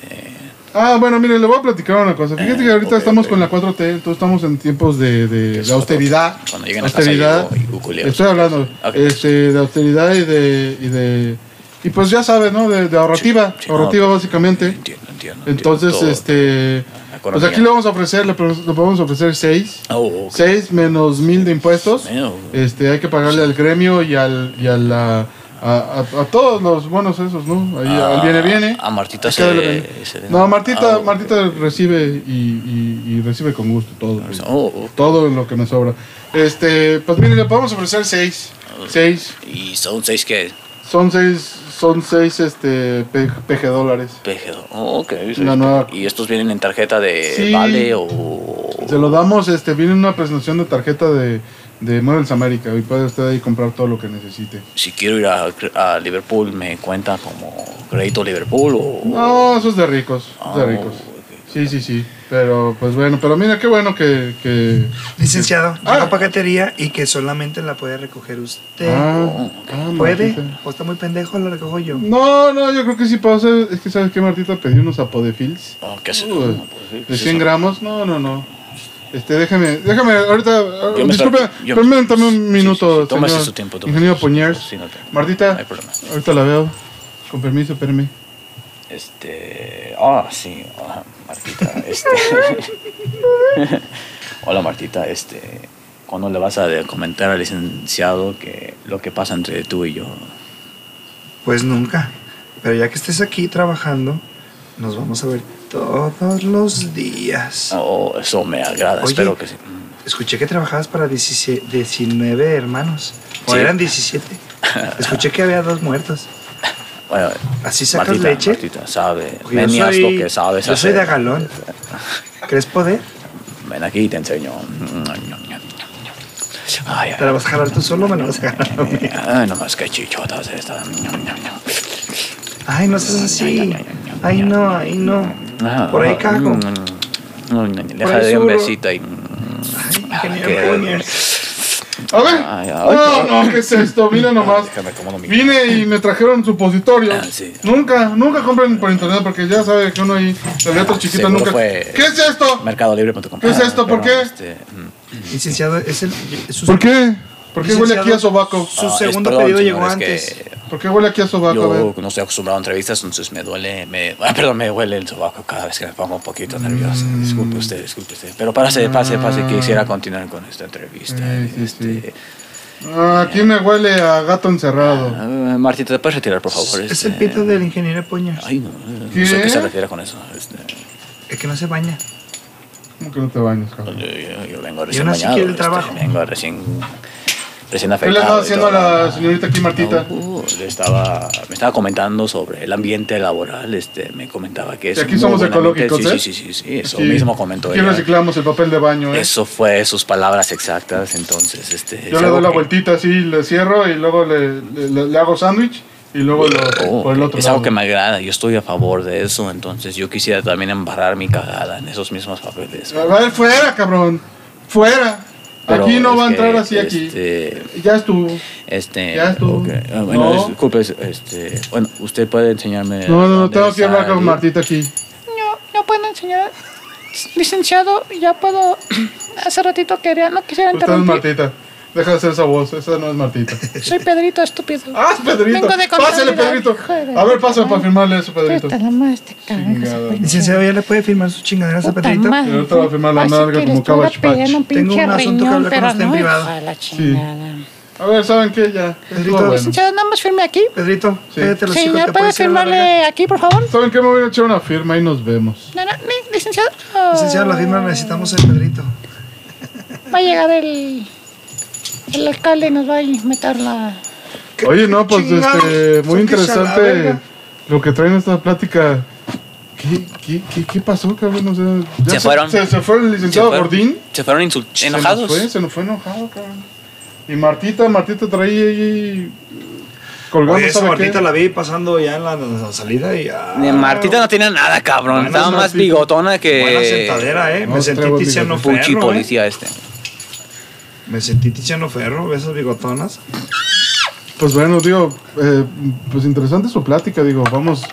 [SPEAKER 2] Ah, bueno, mire, le voy a platicar una cosa. Fíjate
[SPEAKER 3] Eh,
[SPEAKER 2] que ahorita
[SPEAKER 3] ok,
[SPEAKER 2] estamos
[SPEAKER 3] ok.
[SPEAKER 2] con la 4T, entonces estamos en tiempos de, de- de austeridad.
[SPEAKER 3] Cuando lleguen a casa
[SPEAKER 2] austeridad.
[SPEAKER 3] llego y ukuleo.
[SPEAKER 2] Estoy hablando
[SPEAKER 3] Ok.
[SPEAKER 2] este, de austeridad y de, y de... Y pues ya sabes, ¿no? De, de ahorrativa.
[SPEAKER 3] Sí, sí,
[SPEAKER 2] ahorrativa,
[SPEAKER 3] no,
[SPEAKER 2] básicamente.
[SPEAKER 3] Entiendo, entiendo.
[SPEAKER 2] Entonces,
[SPEAKER 3] entiendo todo.
[SPEAKER 2] este... Pues
[SPEAKER 3] economía.
[SPEAKER 2] aquí le vamos a ofrecer, le, pro- le podemos ofrecer 6.
[SPEAKER 3] Oh, ok.
[SPEAKER 2] 6 menos mil de impuestos.
[SPEAKER 3] Bueno,
[SPEAKER 2] Este, hay que pagarle al gremio y al... Y a la- a, a- a todos los bonos esos, ¿no? Ahí
[SPEAKER 3] Ah,
[SPEAKER 2] al viene, viene.
[SPEAKER 3] a Martita
[SPEAKER 2] Hay que darle-
[SPEAKER 3] se- se-
[SPEAKER 2] No, Martita,
[SPEAKER 3] Ah, ok.
[SPEAKER 2] Martita recibe y, y- y recibe con gusto todo. pues.
[SPEAKER 3] oh, oh.
[SPEAKER 2] Todo lo que me sobra. Este, pues mire, le podemos ofrecer seis.
[SPEAKER 3] Ah.
[SPEAKER 2] Seis.
[SPEAKER 3] Y son 6 que.
[SPEAKER 2] Son seis, son seis, este, pe- PG dólares.
[SPEAKER 3] pejedo. Oh, ok. seis
[SPEAKER 2] La nueva-
[SPEAKER 3] pe- Y estos vienen en tarjeta de
[SPEAKER 2] Sí.
[SPEAKER 3] Vale o.
[SPEAKER 2] Se lo damos, este, viene una presentación de tarjeta de, de Models América y puede usted ahí comprar todo lo que necesite.
[SPEAKER 3] Si quiero ir a, a Liverpool, ¿me cuenta como crédito Liverpool o.?
[SPEAKER 2] No, eso es de ricos, es de
[SPEAKER 3] Ah,
[SPEAKER 2] ricos.
[SPEAKER 3] ok.
[SPEAKER 2] Sí, sí, sí. Pero, pues bueno, pero mira, qué bueno que... que...
[SPEAKER 4] Licenciado,
[SPEAKER 2] Ah.
[SPEAKER 4] una paquetería y que solamente la puede recoger usted.
[SPEAKER 2] Ah, ah,
[SPEAKER 4] Eh, ¿Puede?
[SPEAKER 2] Martita.
[SPEAKER 4] ¿O está muy pendejo? ¿La recojo yo?
[SPEAKER 2] No, no, yo creo que sí pasa. Es que, ¿sabes qué, Martita? Pedí unos apodefils
[SPEAKER 3] Ah, ¿Qué hace?
[SPEAKER 2] Uy,
[SPEAKER 3] No, pues, sí,
[SPEAKER 2] de
[SPEAKER 3] sí,
[SPEAKER 2] 100
[SPEAKER 3] sí.
[SPEAKER 2] gramos. No, no, no. Este, déjame, déjame, ahorita, ah,
[SPEAKER 3] Yo me
[SPEAKER 2] disculpe,
[SPEAKER 3] estoy- yo-
[SPEAKER 2] permítame
[SPEAKER 3] sí, sí,
[SPEAKER 2] un
[SPEAKER 3] sí,
[SPEAKER 2] minuto,
[SPEAKER 3] sí, tómese
[SPEAKER 2] señor
[SPEAKER 3] su tiempo, tómese
[SPEAKER 2] ingeniero
[SPEAKER 3] su-
[SPEAKER 2] Poñers.
[SPEAKER 3] sí, no te-
[SPEAKER 2] Martita,
[SPEAKER 3] no hay problema.
[SPEAKER 2] ahorita la veo, con permiso, espérame.
[SPEAKER 3] Este. Ah, sí. Hola, Martita. Este. Hola, Martita. Este. ¿Cuándo le vas a de- comentar al licenciado que lo que pasa entre tú y yo?
[SPEAKER 4] Pues nunca. Pero ya que estés aquí trabajando, nos vamos a ver todos los días.
[SPEAKER 3] Oh, eso me agrada.
[SPEAKER 4] Oye.
[SPEAKER 3] Espero que sí.
[SPEAKER 4] Escuché que trabajabas para 17 19 hermanos. O
[SPEAKER 3] Sí.
[SPEAKER 4] eran 17. Escuché que había dos muertos.
[SPEAKER 3] Bueno,
[SPEAKER 4] ¿Así sacas
[SPEAKER 3] Martita,
[SPEAKER 4] leche?
[SPEAKER 3] Martita, sabe.
[SPEAKER 4] Oye, yo
[SPEAKER 3] Venías
[SPEAKER 4] soy-
[SPEAKER 3] lo que sabes
[SPEAKER 4] Yo soy
[SPEAKER 3] hacer.
[SPEAKER 4] de galón. ¿Crees poder?
[SPEAKER 3] Ven aquí y te enseño. Ay,
[SPEAKER 4] ¿Te la vas a jalar tú solo o me la vas a jalar a mí?
[SPEAKER 3] ay, ay, no más que chichotas estas.
[SPEAKER 4] Ay, no seas así. Ay, no, ay, no. Por ahí cago.
[SPEAKER 3] Mm, mm, mm, mm, Le
[SPEAKER 4] Por ahí
[SPEAKER 3] doy un
[SPEAKER 4] zurro.
[SPEAKER 3] besito y. mm,
[SPEAKER 4] Ingeniero Premier.
[SPEAKER 2] A ver.
[SPEAKER 3] Ay, ay,
[SPEAKER 2] No, no, ¿qué es esto? Mira nomás.
[SPEAKER 3] Déjame acomodo mi-
[SPEAKER 2] Vine y me trajeron supositorio.
[SPEAKER 3] Ah, sí.
[SPEAKER 2] Nunca, nunca compren por internet porque ya sabe que uno ahí, las letras chiquitas
[SPEAKER 3] Seguro
[SPEAKER 2] nunca.
[SPEAKER 3] fue-
[SPEAKER 2] ¿Qué es esto?
[SPEAKER 3] Mercadolibre.com.
[SPEAKER 2] ¿Qué es esto? ¿Por
[SPEAKER 3] Ah,
[SPEAKER 2] qué?
[SPEAKER 3] este, mm.
[SPEAKER 4] Licenciado, es el. es su-
[SPEAKER 2] ¿Por qué? ¿Por qué huele aquí a sobaco?
[SPEAKER 4] Su
[SPEAKER 3] Ah, es-
[SPEAKER 4] segundo
[SPEAKER 3] perdón,
[SPEAKER 4] pedido
[SPEAKER 3] señor,
[SPEAKER 4] llegó
[SPEAKER 3] es que
[SPEAKER 4] antes.
[SPEAKER 2] ¿Por qué huele aquí a sobaco? A ver.
[SPEAKER 3] Yo no estoy acostumbrado a entrevistas, entonces me duele, me, ah, perdón, me duele el sobaco cada vez que me pongo un poquito
[SPEAKER 4] Mm.
[SPEAKER 3] nervioso. Disculpe usted, disculpe usted. Pero pase, pase,
[SPEAKER 4] Ah.
[SPEAKER 3] pase, que quisiera continuar con esta entrevista.
[SPEAKER 2] Sí, sí, sí.
[SPEAKER 3] Este,
[SPEAKER 2] Ah, aquí me huele a gato encerrado.
[SPEAKER 3] ah, Martita, ¿te puedes retirar, por favor?
[SPEAKER 4] Es
[SPEAKER 3] Este,
[SPEAKER 4] el pito del ingeniero Poñas.
[SPEAKER 3] Ay, no, no
[SPEAKER 2] ¿Qué?
[SPEAKER 3] sé a qué se refiere con eso. Este,
[SPEAKER 4] El que no se baña.
[SPEAKER 2] ¿Cómo que no te bañas, cabrón?
[SPEAKER 3] yo, yo- yo vengo recién
[SPEAKER 4] nací
[SPEAKER 3] bañado.
[SPEAKER 4] aquí del
[SPEAKER 3] este,
[SPEAKER 4] trabajo.
[SPEAKER 3] vengo recién, recién
[SPEAKER 2] ¿Qué
[SPEAKER 3] afeitado.
[SPEAKER 2] le
[SPEAKER 3] y
[SPEAKER 2] estaba haciendo a
[SPEAKER 3] todo.
[SPEAKER 2] la señorita aquí, Martita?
[SPEAKER 3] No, uh, le estaba, me estaba comentando sobre el ambiente laboral, este, me comentaba que es
[SPEAKER 2] Y aquí
[SPEAKER 3] muy
[SPEAKER 2] somos
[SPEAKER 3] buen ambiente.
[SPEAKER 2] ecológicos, ¿eh?
[SPEAKER 3] Sí, sí, sí, sí, sí, eso
[SPEAKER 2] Aquí-
[SPEAKER 3] mismo comentó
[SPEAKER 2] aquí
[SPEAKER 3] ella.
[SPEAKER 2] reciclamos el papel de baño, ¿eh?
[SPEAKER 3] Eso fue sus palabras exactas, entonces, este... es
[SPEAKER 2] Yo le
[SPEAKER 3] algo
[SPEAKER 2] doy la
[SPEAKER 3] que-
[SPEAKER 2] vueltita así, le cierro y luego le, le- le- le hago sándwich y luego lo,
[SPEAKER 3] Oh,
[SPEAKER 2] por el otro
[SPEAKER 3] es
[SPEAKER 2] lado.
[SPEAKER 3] algo que me agrada, yo estoy a favor de eso, entonces yo quisiera también embarrar mi cagada en esos mismos papeles.
[SPEAKER 2] A ver, fuera, cabrón. Fuera.
[SPEAKER 3] Pero
[SPEAKER 2] aquí no
[SPEAKER 3] es
[SPEAKER 2] va a
[SPEAKER 3] que,
[SPEAKER 2] entrar así
[SPEAKER 3] este,
[SPEAKER 2] aquí. Ya estuvo.
[SPEAKER 3] Este,
[SPEAKER 2] Ya estuvo.
[SPEAKER 3] ok. Ah, Bueno,
[SPEAKER 2] No.
[SPEAKER 3] disculpe, este, bueno, usted puede enseñarme...
[SPEAKER 2] No, no, no,
[SPEAKER 3] dónde
[SPEAKER 2] tengo que hablar
[SPEAKER 3] está
[SPEAKER 2] con
[SPEAKER 3] el-
[SPEAKER 2] Martita aquí.
[SPEAKER 5] No, no puedo enseñar. Licenciado, ya puedo. Hace ratito quería, no quisiera
[SPEAKER 2] Usted no es
[SPEAKER 5] interrumpir.
[SPEAKER 2] Martita. Deja de hacer esa voz, esa no es Martita.
[SPEAKER 5] Soy Pedrito, estúpido.
[SPEAKER 2] ¡Ah, es Pedrito!
[SPEAKER 5] Vengo de
[SPEAKER 2] ¡Pásale,
[SPEAKER 5] contabilidad,
[SPEAKER 2] Pedrito!
[SPEAKER 5] hijo de-
[SPEAKER 2] A ver, pásale para firmarle eso, Pedrito.
[SPEAKER 5] Puta la madre, este carajo se
[SPEAKER 2] Chingado.
[SPEAKER 5] fue.
[SPEAKER 4] Licenciado, ¿ya le puede firmar sus chingaderas a
[SPEAKER 5] Puta
[SPEAKER 4] Pedrito?
[SPEAKER 5] madre.
[SPEAKER 2] Y ahorita va a firmar la
[SPEAKER 5] Así
[SPEAKER 2] nalga
[SPEAKER 5] que le
[SPEAKER 2] como
[SPEAKER 5] estuviera
[SPEAKER 2] Cabbage Patch.
[SPEAKER 5] pidiendo un
[SPEAKER 4] Tengo
[SPEAKER 5] pinche
[SPEAKER 4] un asunto que
[SPEAKER 5] riñón,
[SPEAKER 4] hablar con
[SPEAKER 5] pero
[SPEAKER 4] usted en
[SPEAKER 5] no,
[SPEAKER 4] privado.
[SPEAKER 5] hijo de la chingada.
[SPEAKER 2] A ver, ¿saben qué? Ya. Estuvo
[SPEAKER 4] Pedrito.
[SPEAKER 2] bueno.
[SPEAKER 5] Licenciado, nada más firme aquí.
[SPEAKER 4] Pedrito,
[SPEAKER 2] Sí.
[SPEAKER 4] cállate los hijos,
[SPEAKER 5] Señor,
[SPEAKER 4] ¿te
[SPEAKER 5] ¿puede
[SPEAKER 4] puedes ir a la verga?
[SPEAKER 5] firmarle aquí, por favor?
[SPEAKER 2] ¿Saben qué? Me voy a echar una firma y nos vemos.
[SPEAKER 5] No, no, ni- licenciado.
[SPEAKER 4] Licenciado, la firma necesitamos el Pedrito.
[SPEAKER 5] Va a llegar el. El alcalde y nos va a meter la.
[SPEAKER 2] Oye, no, pues
[SPEAKER 4] chingados?
[SPEAKER 2] este, muy
[SPEAKER 4] Sáquese a la
[SPEAKER 2] interesante Pues
[SPEAKER 4] verga.
[SPEAKER 2] lo que traen esta plática. ¿Qué, qué, qué, qué pasó, cabrón? O sea, ya
[SPEAKER 3] Se fueron.
[SPEAKER 2] Se, se fue el
[SPEAKER 3] Se
[SPEAKER 2] licenciado
[SPEAKER 3] fueron,
[SPEAKER 2] Gordín.
[SPEAKER 3] se fueron insult- enojados.
[SPEAKER 2] Se nos fue, se nos fue enojado, cabrón. Y Martita, Martita traía ahí colgando
[SPEAKER 4] Oye, esa
[SPEAKER 2] ¿sabe
[SPEAKER 4] Martita
[SPEAKER 2] qué?
[SPEAKER 4] la vi pasando ya en la, la salida y ah,
[SPEAKER 3] Ni Martita no tenía nada, cabrón.
[SPEAKER 4] Buena
[SPEAKER 3] Estaba más
[SPEAKER 2] Martita.
[SPEAKER 3] bigotona
[SPEAKER 4] Buena
[SPEAKER 3] que.
[SPEAKER 4] sentadera, eh.
[SPEAKER 2] No,
[SPEAKER 4] Me sentí
[SPEAKER 2] traigo
[SPEAKER 4] Tiziano
[SPEAKER 2] bigote.
[SPEAKER 3] Puchi
[SPEAKER 4] Ferro. eh.
[SPEAKER 3] policía este.
[SPEAKER 4] Me sentí Tiziano Ferro, esas bigotonas.
[SPEAKER 2] Pues bueno, digo, eh, pues interesante su plática, digo, vamos.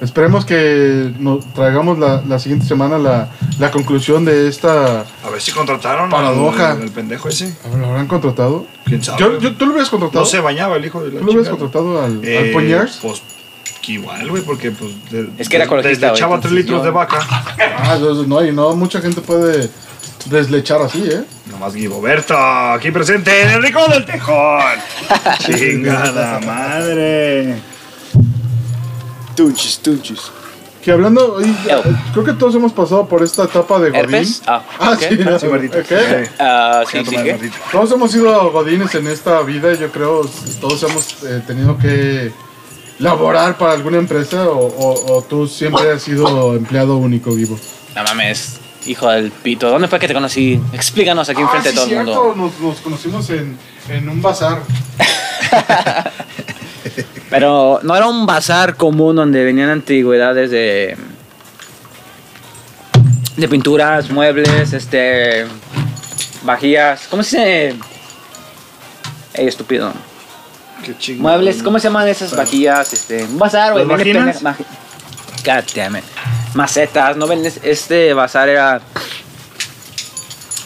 [SPEAKER 2] Esperemos que nos traigamos la, la siguiente semana la, la conclusión de esta.
[SPEAKER 4] A ver si contrataron
[SPEAKER 2] Paradoja.
[SPEAKER 4] al, al pendejo ese.
[SPEAKER 2] A ver, ¿Lo habrán contratado?
[SPEAKER 4] ¿Quién sabe?
[SPEAKER 2] Yo, yo- ¿Tú lo hubieras contratado?
[SPEAKER 4] no se bañaba el hijo de la
[SPEAKER 2] ¿Tú lo hubieras
[SPEAKER 4] chingada.
[SPEAKER 2] contratado al, al
[SPEAKER 4] Eh,
[SPEAKER 2] Poñers?
[SPEAKER 4] Pues que igual, güey, porque pues... de-
[SPEAKER 3] Es que era
[SPEAKER 4] de-
[SPEAKER 3] ecologista,
[SPEAKER 4] de-
[SPEAKER 3] güey,
[SPEAKER 4] Echaba 3
[SPEAKER 3] entonces,
[SPEAKER 4] litros
[SPEAKER 3] yo-
[SPEAKER 4] de vaca.
[SPEAKER 2] Ah, eso- eso no, y no, mucha gente puede deslechar así, ¿eh?
[SPEAKER 4] Nomás Guiboberto, aquí presente en el rincón del tejón. Chingada madre.
[SPEAKER 2] Tunchis, tunchis. Que hablando, oye, ya,
[SPEAKER 3] El.
[SPEAKER 2] creo que todos hemos pasado por esta etapa de Godín.
[SPEAKER 3] ¿Herpes? Ah, ok.
[SPEAKER 2] sí, no,
[SPEAKER 4] Sí, Martita.
[SPEAKER 2] ok.
[SPEAKER 4] Eh,
[SPEAKER 3] Ah, sí, sí,
[SPEAKER 4] toma de
[SPEAKER 3] ¿qué?
[SPEAKER 4] Martita.
[SPEAKER 2] Todos hemos sido Godines en esta vida, yo creo, todos hemos eh, tenido que laborar para alguna empresa o, o- o tú siempre has sido empleado único, vivo.
[SPEAKER 3] No mames, hijo del pito. ¿Dónde fue que te conocí? Explícanos
[SPEAKER 2] Ah,
[SPEAKER 3] aquí enfrente de todo el mundo.
[SPEAKER 2] Nos, conocimos en, un bazar.
[SPEAKER 3] Pero no era un bazar común donde venían antigüedades de. de pinturas, muebles, este. vajillas. ¿Cómo se dice? Ey, estúpido.
[SPEAKER 4] Qué chingón.
[SPEAKER 3] Muebles, ¿cómo se llaman esas vajillas? Este, un bazar, güey.
[SPEAKER 4] ¿Las
[SPEAKER 3] vende pende-
[SPEAKER 4] vaginas?
[SPEAKER 3] maje- God damn it. Macetas, no vendes. Este bazar era.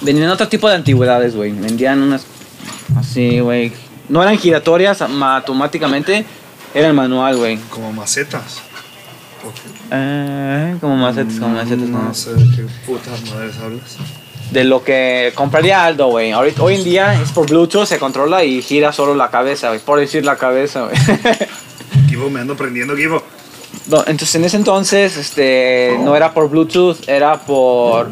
[SPEAKER 3] Vendían otro tipo de antigüedades, güey. Vendían unas. Así, güey. No eran giratorias ma- automáticamente, era el manual, güey.
[SPEAKER 4] Como macetas.
[SPEAKER 3] Eh, como macetas, como macetas, como
[SPEAKER 4] No
[SPEAKER 3] macetas.
[SPEAKER 4] sé de qué putas madres hablas.
[SPEAKER 3] Mm, De lo que compraría Aldo, güey. Ahorita- Hoy en día es por Bluetooth, se controla y gira solo la cabeza, güey. Por decir la cabeza, güey.
[SPEAKER 4] Gibo, me ando prendiendo, Gibo.
[SPEAKER 3] No, entonces en ese entonces este no era por Bluetooth, era por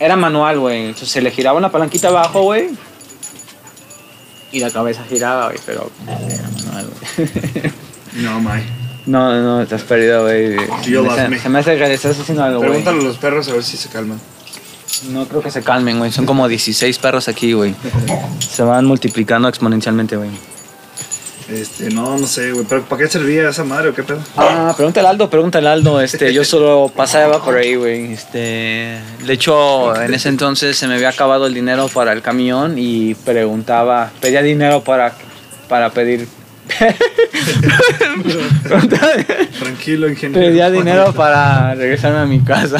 [SPEAKER 3] era manual, güey. Entonces se le giraba una palanquita abajo, güey. Y la cabeza giraba, güey, pero era manual, güey.
[SPEAKER 4] No, May.
[SPEAKER 3] No, no, no, te has perdido, güey.
[SPEAKER 4] You lost
[SPEAKER 3] Se,
[SPEAKER 4] me.
[SPEAKER 3] se me hace que le estás haciendo algo, güey.
[SPEAKER 4] Pregúntale a los perros a ver si se calman.
[SPEAKER 3] No creo que se calmen, güey. Son como 16 perros aquí, güey. Se van multiplicando exponencialmente, güey.
[SPEAKER 4] Este, no, no sé, güey. ¿Pero para qué servía esa madre o qué pedo?
[SPEAKER 3] Ah, pregúntale a Aldo, pregúntale a Aldo. Este, yo solo pasaba por ahí, güey. Este, de hecho, en ese entonces se me había acabado el dinero para el camión y preguntaba, pedía dinero para, para pedir. Preguntaba-
[SPEAKER 4] Tranquilo, ingeniero.
[SPEAKER 3] pedía dinero para regresarme a mi casa.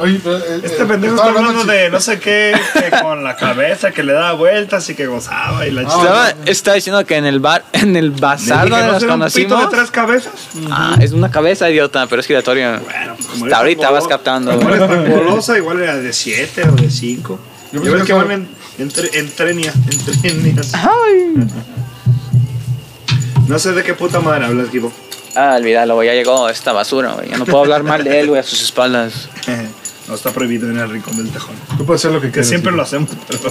[SPEAKER 2] Oye, pero, eh,
[SPEAKER 4] Este
[SPEAKER 2] eh,
[SPEAKER 4] pendejo
[SPEAKER 2] estaba
[SPEAKER 4] está hablando
[SPEAKER 2] chi-
[SPEAKER 4] de no sé qué, que con la cabeza que le daba vueltas y que gozaba y la
[SPEAKER 2] Ah,
[SPEAKER 4] chingada.
[SPEAKER 3] Estaba, estaba diciendo que en el bar, en el bazar
[SPEAKER 4] Le dije,
[SPEAKER 3] donde
[SPEAKER 4] ¿no
[SPEAKER 3] nos
[SPEAKER 4] será un pito de
[SPEAKER 3] conocimos.
[SPEAKER 4] tres cabezas?
[SPEAKER 3] Ah, es una cabeza idiota, pero es giratorio.
[SPEAKER 4] Bueno, pues, como
[SPEAKER 3] Hasta
[SPEAKER 4] eres
[SPEAKER 3] ahorita
[SPEAKER 4] tan
[SPEAKER 3] vas
[SPEAKER 4] golo-
[SPEAKER 3] captando.
[SPEAKER 4] Como
[SPEAKER 3] güey.
[SPEAKER 4] eres tan golosa, igual era de 7 o de 5.
[SPEAKER 2] Yo
[SPEAKER 4] Yo
[SPEAKER 2] pensé
[SPEAKER 4] ves
[SPEAKER 2] que
[SPEAKER 4] que van
[SPEAKER 2] estaba-
[SPEAKER 4] en, en, tre- en trenia, en trenias. No sé de qué puta madre hablas, Gibo.
[SPEAKER 3] Ah, olvídalo, güey, ya llegó esta basura, güey. Ya no puedo hablar mal de él, güey, a sus espaldas.
[SPEAKER 4] No está prohibido en el rincón del tejón.
[SPEAKER 2] Tú puedes hacer lo que
[SPEAKER 4] Que
[SPEAKER 2] quieras.
[SPEAKER 4] siempre
[SPEAKER 2] sí.
[SPEAKER 4] lo hacemos, pero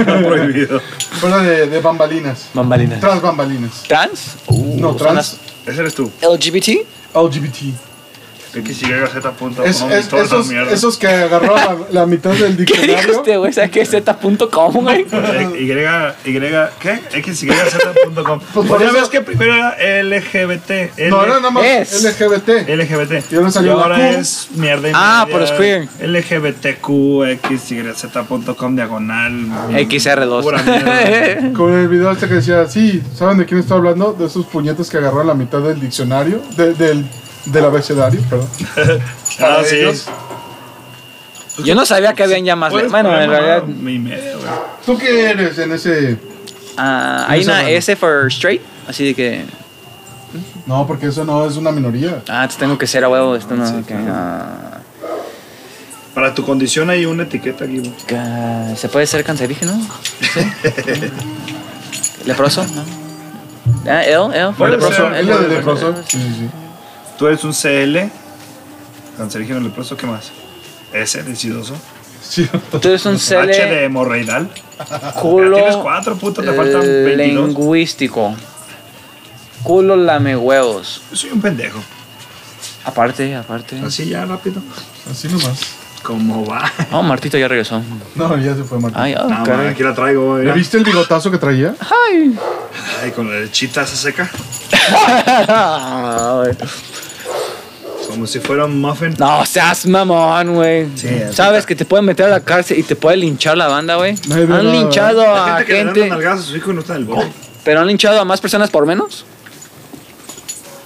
[SPEAKER 4] está prohibido.
[SPEAKER 2] Fuera de, de bambalinas.
[SPEAKER 3] Bambalina.
[SPEAKER 2] Tras bambalinas.
[SPEAKER 3] ¿Trans?
[SPEAKER 2] no,
[SPEAKER 3] son
[SPEAKER 2] trans.
[SPEAKER 4] Ese eres tú.
[SPEAKER 3] las LGBT?
[SPEAKER 2] LGBT.
[SPEAKER 4] XYZ punto
[SPEAKER 2] Es,
[SPEAKER 4] com,
[SPEAKER 2] es-
[SPEAKER 4] toda esa
[SPEAKER 2] esos,
[SPEAKER 4] mierda.
[SPEAKER 2] esos que agarró la, la mitad del
[SPEAKER 3] ¿Qué dijo este
[SPEAKER 2] diccionario.
[SPEAKER 3] usted, güey? ¿Sabes qué? Z.com, güey.
[SPEAKER 4] Y, y, ¿qué?
[SPEAKER 2] Pues
[SPEAKER 4] XYZ.com. Pues
[SPEAKER 2] por
[SPEAKER 4] ya
[SPEAKER 2] eso-
[SPEAKER 4] ves que primero era LGBT.
[SPEAKER 2] No, era nada más
[SPEAKER 3] Es.
[SPEAKER 2] LGBT.
[SPEAKER 4] LGBT.
[SPEAKER 2] Y ahora salió la
[SPEAKER 4] ahora
[SPEAKER 2] Q.
[SPEAKER 4] es mierda y
[SPEAKER 3] Ah,
[SPEAKER 4] media.
[SPEAKER 3] pero es queer.
[SPEAKER 4] LGBTQXYZ.com diagonal. mm, Pura mierda.
[SPEAKER 3] XR2.
[SPEAKER 2] Con el video este que decía, sí, ¿saben de quién estoy hablando? De esos puñetes que agarraron la mitad del diccionario, de- del, del abecedario, perdón.
[SPEAKER 4] ah,
[SPEAKER 2] Para
[SPEAKER 4] sí. Pues,
[SPEAKER 2] ellos.
[SPEAKER 3] Yo no sabía que habían llamas.
[SPEAKER 4] Puedes
[SPEAKER 3] Bueno,
[SPEAKER 4] poner
[SPEAKER 3] en realidad.
[SPEAKER 4] mamá y media, güey.
[SPEAKER 2] ¿Tú qué eres en ese...?
[SPEAKER 3] ah, hay
[SPEAKER 2] Esa
[SPEAKER 3] una
[SPEAKER 2] madre.
[SPEAKER 3] S for straight, así de que.
[SPEAKER 2] No, porque eso no es una minoría.
[SPEAKER 3] Ah, te tengo que ser a huevo. Esto no. que, ah,
[SPEAKER 4] Para tu condición hay una etiqueta aquí. güey.
[SPEAKER 3] que- ah, ¿Se puede ser cancerígeno? ¿Sí? ¿Leproso? ¿No? Ah, L, L, for
[SPEAKER 4] Puede
[SPEAKER 3] leproso.
[SPEAKER 4] ser,
[SPEAKER 2] ¿Es
[SPEAKER 3] L
[SPEAKER 2] la
[SPEAKER 3] for
[SPEAKER 2] de
[SPEAKER 4] leproso.
[SPEAKER 2] leproso? Sí, sí, sí.
[SPEAKER 4] Tú eres un CL. Cancerígeno leproso, ¿qué más? S de sidoso.
[SPEAKER 2] Sí.
[SPEAKER 3] Tú eres un
[SPEAKER 4] H de
[SPEAKER 3] cele
[SPEAKER 4] hemorroidal.
[SPEAKER 3] culo. eh,
[SPEAKER 4] Ya tienes cuatro, puto, te faltan 22.
[SPEAKER 3] Lingüístico. Culo lame huevos.
[SPEAKER 4] Yo soy un pendejo.
[SPEAKER 3] Aparte, aparte.
[SPEAKER 4] Así ya rápido.
[SPEAKER 2] Así nomás.
[SPEAKER 4] ¿Cómo va?
[SPEAKER 3] Oh, Martito ya regresó.
[SPEAKER 2] No, ya se fue Martín.
[SPEAKER 3] Ay, oh,
[SPEAKER 4] No,
[SPEAKER 3] caray.
[SPEAKER 4] man, aquí la traigo. güey.
[SPEAKER 2] ¿Le viste el bigotazo que traía?
[SPEAKER 4] Ay, con la lechita se seca.
[SPEAKER 3] Ah, güey.
[SPEAKER 4] Como si fuera un muffin.
[SPEAKER 3] No, seas mamón, güey.
[SPEAKER 4] Sí, así
[SPEAKER 3] Sabes
[SPEAKER 4] está.
[SPEAKER 3] que te pueden meter a la cárcel y te puede linchar la banda, güey.
[SPEAKER 2] No hay duda,
[SPEAKER 3] Han linchado
[SPEAKER 4] La
[SPEAKER 3] a
[SPEAKER 4] gente que le dan
[SPEAKER 3] gente,
[SPEAKER 4] nalgadas a sus hijos no está en el borde.
[SPEAKER 3] pero han linchado a más personas por menos.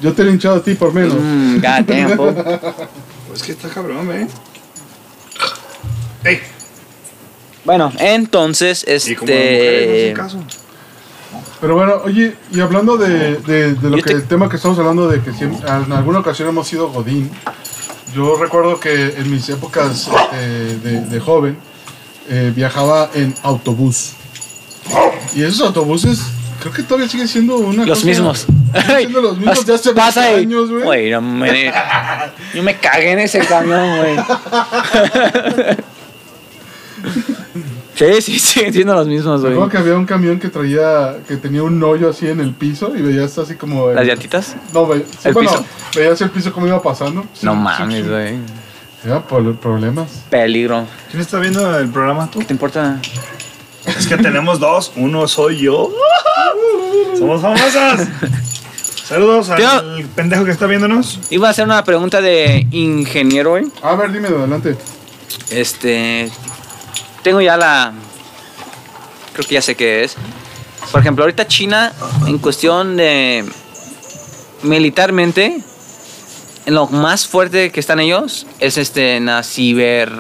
[SPEAKER 2] Yo te he hinchado a ti por menos.
[SPEAKER 3] Mm, god damn, po.
[SPEAKER 4] Pues que está cabrón, ¿eh? ¡Ey!
[SPEAKER 3] Bueno, entonces,
[SPEAKER 4] Y como las mujeres no
[SPEAKER 3] este.
[SPEAKER 4] hacen caso.
[SPEAKER 2] Pero bueno, oye, y hablando de, de- de lo
[SPEAKER 3] Yo
[SPEAKER 2] que,
[SPEAKER 3] te-
[SPEAKER 2] el tema que estamos hablando de que siempre- en alguna ocasión hemos sido Godín, yo recuerdo que en mis épocas eh, de, de joven eh, viajaba en autobús. Y esos autobuses creo que todavía siguen siendo una...
[SPEAKER 3] Los
[SPEAKER 2] cosa-
[SPEAKER 3] mismos.
[SPEAKER 2] siguen siendo los mismos de hace
[SPEAKER 3] Pasa
[SPEAKER 2] 20
[SPEAKER 3] ahí.
[SPEAKER 2] años, güey.
[SPEAKER 3] Güey, no me. Yo me cagué en ese camión, güey. Sí, sí, siguen siendo los mismos,
[SPEAKER 2] Recuerdo
[SPEAKER 3] güey.
[SPEAKER 2] que había un camión que traía, que tenía un hoyo así en el piso y veías así como... el-
[SPEAKER 3] ¿Las llantitas?
[SPEAKER 2] No, ve- sí,
[SPEAKER 3] ¿El
[SPEAKER 2] bueno,
[SPEAKER 3] piso?
[SPEAKER 2] veías el piso como iba pasando. Sí,
[SPEAKER 3] No
[SPEAKER 2] sí,
[SPEAKER 3] mames,
[SPEAKER 2] sí.
[SPEAKER 3] güey.
[SPEAKER 2] Era por problemas.
[SPEAKER 3] Peligro.
[SPEAKER 4] ¿Quién está viendo el programa tú?
[SPEAKER 3] ¿Qué te importa?
[SPEAKER 4] Es que tenemos dos. Uno soy yo. ¡Somos famosas! Saludos al pendejo que está viéndonos.
[SPEAKER 3] Iba a hacer una pregunta de ingeniero, güey.
[SPEAKER 2] A ver, dime de adelante.
[SPEAKER 3] Este. Tengo ya la. Creo que ya sé qué es. Por ejemplo, ahorita China, en cuestión de. Militarmente, en lo más fuerte que están ellos es este, en la ciber.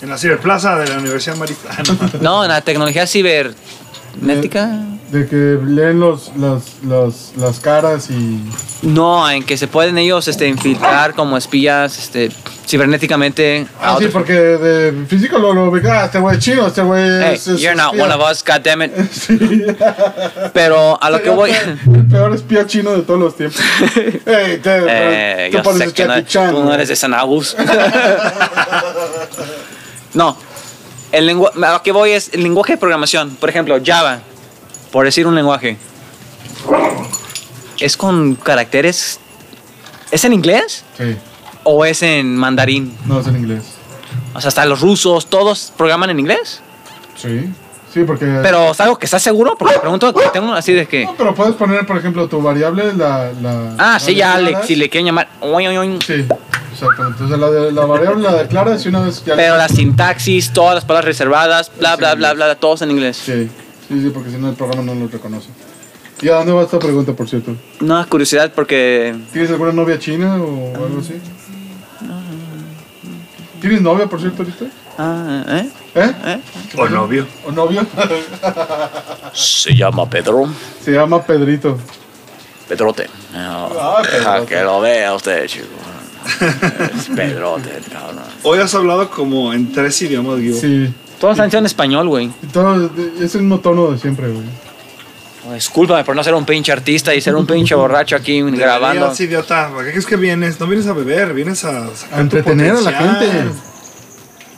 [SPEAKER 4] En la ciberplaza de la Universidad Marista. Ah,
[SPEAKER 3] No, en la tecnología cibernética.
[SPEAKER 2] Eh, De que leen los, las, las, las caras y.
[SPEAKER 3] No, en que se pueden ellos este, infiltrar como espías este, cibernéticamente. a
[SPEAKER 2] Ah, sí,
[SPEAKER 3] otros-
[SPEAKER 2] porque de físico lo, lo ve. Ah, este güey es chino, este güey
[SPEAKER 3] Hey,
[SPEAKER 2] es. es
[SPEAKER 3] you're not
[SPEAKER 2] espía".
[SPEAKER 3] one of us, goddammit.
[SPEAKER 2] Sí.
[SPEAKER 3] Pero a lo que voy.
[SPEAKER 2] El peor espía chino de todos los tiempos. Ey, te,
[SPEAKER 3] Eh,
[SPEAKER 2] te
[SPEAKER 3] yo sé
[SPEAKER 2] pareces
[SPEAKER 3] que no,
[SPEAKER 2] Jackie Chan.
[SPEAKER 3] tú no
[SPEAKER 2] güey.
[SPEAKER 3] eres de Sanagus. no. El lengua- a lo que voy es el lenguaje de programación. Por ejemplo, Java, por decir un lenguaje. ¿Es con caracteres? ¿Es en inglés
[SPEAKER 2] Sí,
[SPEAKER 3] o es en mandarín?
[SPEAKER 2] no es en inglés.
[SPEAKER 3] O sea, hasta los rusos, ¿todos programan en inglés?
[SPEAKER 2] Sí. Sí, porque.
[SPEAKER 3] Pero es algo que estás seguro, porque pregunto, tengo así de que.
[SPEAKER 2] No, pero puedes poner, por ejemplo, tu variable, la. la
[SPEAKER 3] Ah,
[SPEAKER 2] la
[SPEAKER 3] sí, ya le,
[SPEAKER 2] declaras.
[SPEAKER 3] si le quieren llamar. oing, oing, oing.
[SPEAKER 2] Sí, exacto. Entonces la, de- la variable la declaras y una vez ya.
[SPEAKER 3] Pero la sintaxis, todas las palabras reservadas, bla, bla, bla, bla, todos en inglés.
[SPEAKER 2] Sí, sí, sí, porque si no el programa no lo reconoce. ¿Y a dónde va esta pregunta, por cierto?
[SPEAKER 3] No, curiosidad, porque.
[SPEAKER 2] ¿Tienes alguna novia china o algo así? ¿Tienes novia, por cierto, ahorita?
[SPEAKER 3] Ah, ¿eh?
[SPEAKER 2] ¿Eh?
[SPEAKER 4] O novio.
[SPEAKER 2] ¿O novio?
[SPEAKER 6] Se llama Pedro.
[SPEAKER 2] Se llama Pedrito.
[SPEAKER 6] Pedrote. No,
[SPEAKER 2] Ah,
[SPEAKER 6] deja
[SPEAKER 2] Pedrote.
[SPEAKER 6] que lo vea usted, chico. Es Pedrote, el cabrón.
[SPEAKER 4] Hoy has hablado como en tres idiomas, Guido.
[SPEAKER 2] Sí.
[SPEAKER 3] Todos han sido en español, güey.
[SPEAKER 2] Y Todo, es el mismo tono de siempre, güey.
[SPEAKER 3] Discúlpame por no ser un pinche artista y ser un pinche borracho aquí grabando.
[SPEAKER 4] Deberías, idiota. ¿Para qué crees que vienes? No vienes a beber, vienes a
[SPEAKER 3] Eh,
[SPEAKER 4] sacar
[SPEAKER 2] A
[SPEAKER 4] tu
[SPEAKER 2] entretener a la
[SPEAKER 4] potencial.
[SPEAKER 2] gente.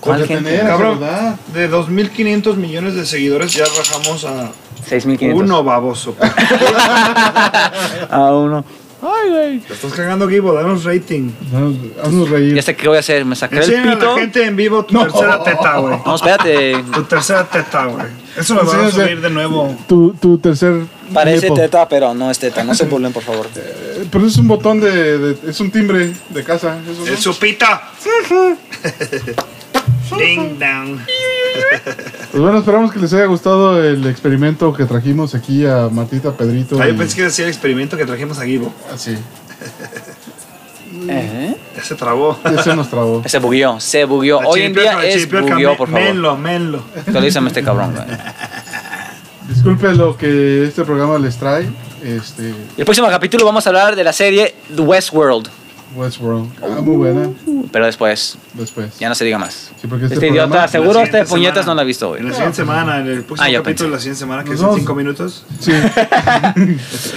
[SPEAKER 3] ¿Cuál
[SPEAKER 2] Entretener,
[SPEAKER 3] gente?
[SPEAKER 2] a
[SPEAKER 4] Cabrón.
[SPEAKER 2] saludar.
[SPEAKER 4] De 2.500 millones de seguidores ya bajamos a
[SPEAKER 3] 6500.
[SPEAKER 4] uno baboso.
[SPEAKER 3] A Ah, uno. Ay, güey.
[SPEAKER 4] Te estás cagando, Guido. Danos rating.
[SPEAKER 2] No, haznos reír.
[SPEAKER 3] Ya sé este qué voy a hacer. Me sacaré el
[SPEAKER 4] Enseña a
[SPEAKER 3] pito.
[SPEAKER 4] la gente en vivo tu tercera teta, güey.
[SPEAKER 3] No, espérate.
[SPEAKER 4] Tu tercera teta, güey. Eso lo vamos a
[SPEAKER 2] Enséñale.
[SPEAKER 4] subir de nuevo.
[SPEAKER 2] Tu, tu tercer.
[SPEAKER 3] Parece
[SPEAKER 2] nepo.
[SPEAKER 3] teta, pero no es teta. No se burlen, por favor.
[SPEAKER 2] Eh, Pero es un botón de, de- Es un timbre de casa. eso, ¿no?
[SPEAKER 4] El supita. Ding dong.
[SPEAKER 2] Pues bueno, esperamos que les haya gustado el experimento que trajimos aquí a Martita Pedrito.
[SPEAKER 4] Ah,
[SPEAKER 2] y-
[SPEAKER 4] yo pensé que decía el experimento que trajimos a Guido.
[SPEAKER 2] Ah, sí.
[SPEAKER 3] Ajá.
[SPEAKER 4] Ya se trabó.
[SPEAKER 2] Ese nos trabó.
[SPEAKER 3] eh. Se bugueó, se bugueó.
[SPEAKER 4] La
[SPEAKER 3] Hoy en
[SPEAKER 4] chiripiorca,
[SPEAKER 3] día
[SPEAKER 4] la
[SPEAKER 3] es
[SPEAKER 4] chiripiorca,
[SPEAKER 3] bugueó,
[SPEAKER 4] men-
[SPEAKER 3] por favor.
[SPEAKER 4] Menlo, menlo.
[SPEAKER 3] Actualízame este cabrón, güey.
[SPEAKER 2] Disculpe lo que este programa les trae. Este.
[SPEAKER 3] El próximo capítulo vamos a hablar de la serie The Westworld.
[SPEAKER 2] Westworld. Ah, muy buena.
[SPEAKER 3] Pero después,
[SPEAKER 2] después.
[SPEAKER 3] ya no se diga más.
[SPEAKER 2] Sí, porque este
[SPEAKER 3] Este, idiota,
[SPEAKER 2] programa-
[SPEAKER 3] seguro
[SPEAKER 4] La
[SPEAKER 3] este
[SPEAKER 4] siguiente
[SPEAKER 3] puñetas
[SPEAKER 4] semana.
[SPEAKER 3] no la ha visto, güey.
[SPEAKER 4] En la siguiente semana, en el próximo
[SPEAKER 3] Ah, ya
[SPEAKER 4] capítulo
[SPEAKER 3] pensé.
[SPEAKER 4] de la siguiente semana, que
[SPEAKER 2] Nos
[SPEAKER 4] son
[SPEAKER 2] vamos.
[SPEAKER 4] cinco minutos.
[SPEAKER 2] Sí.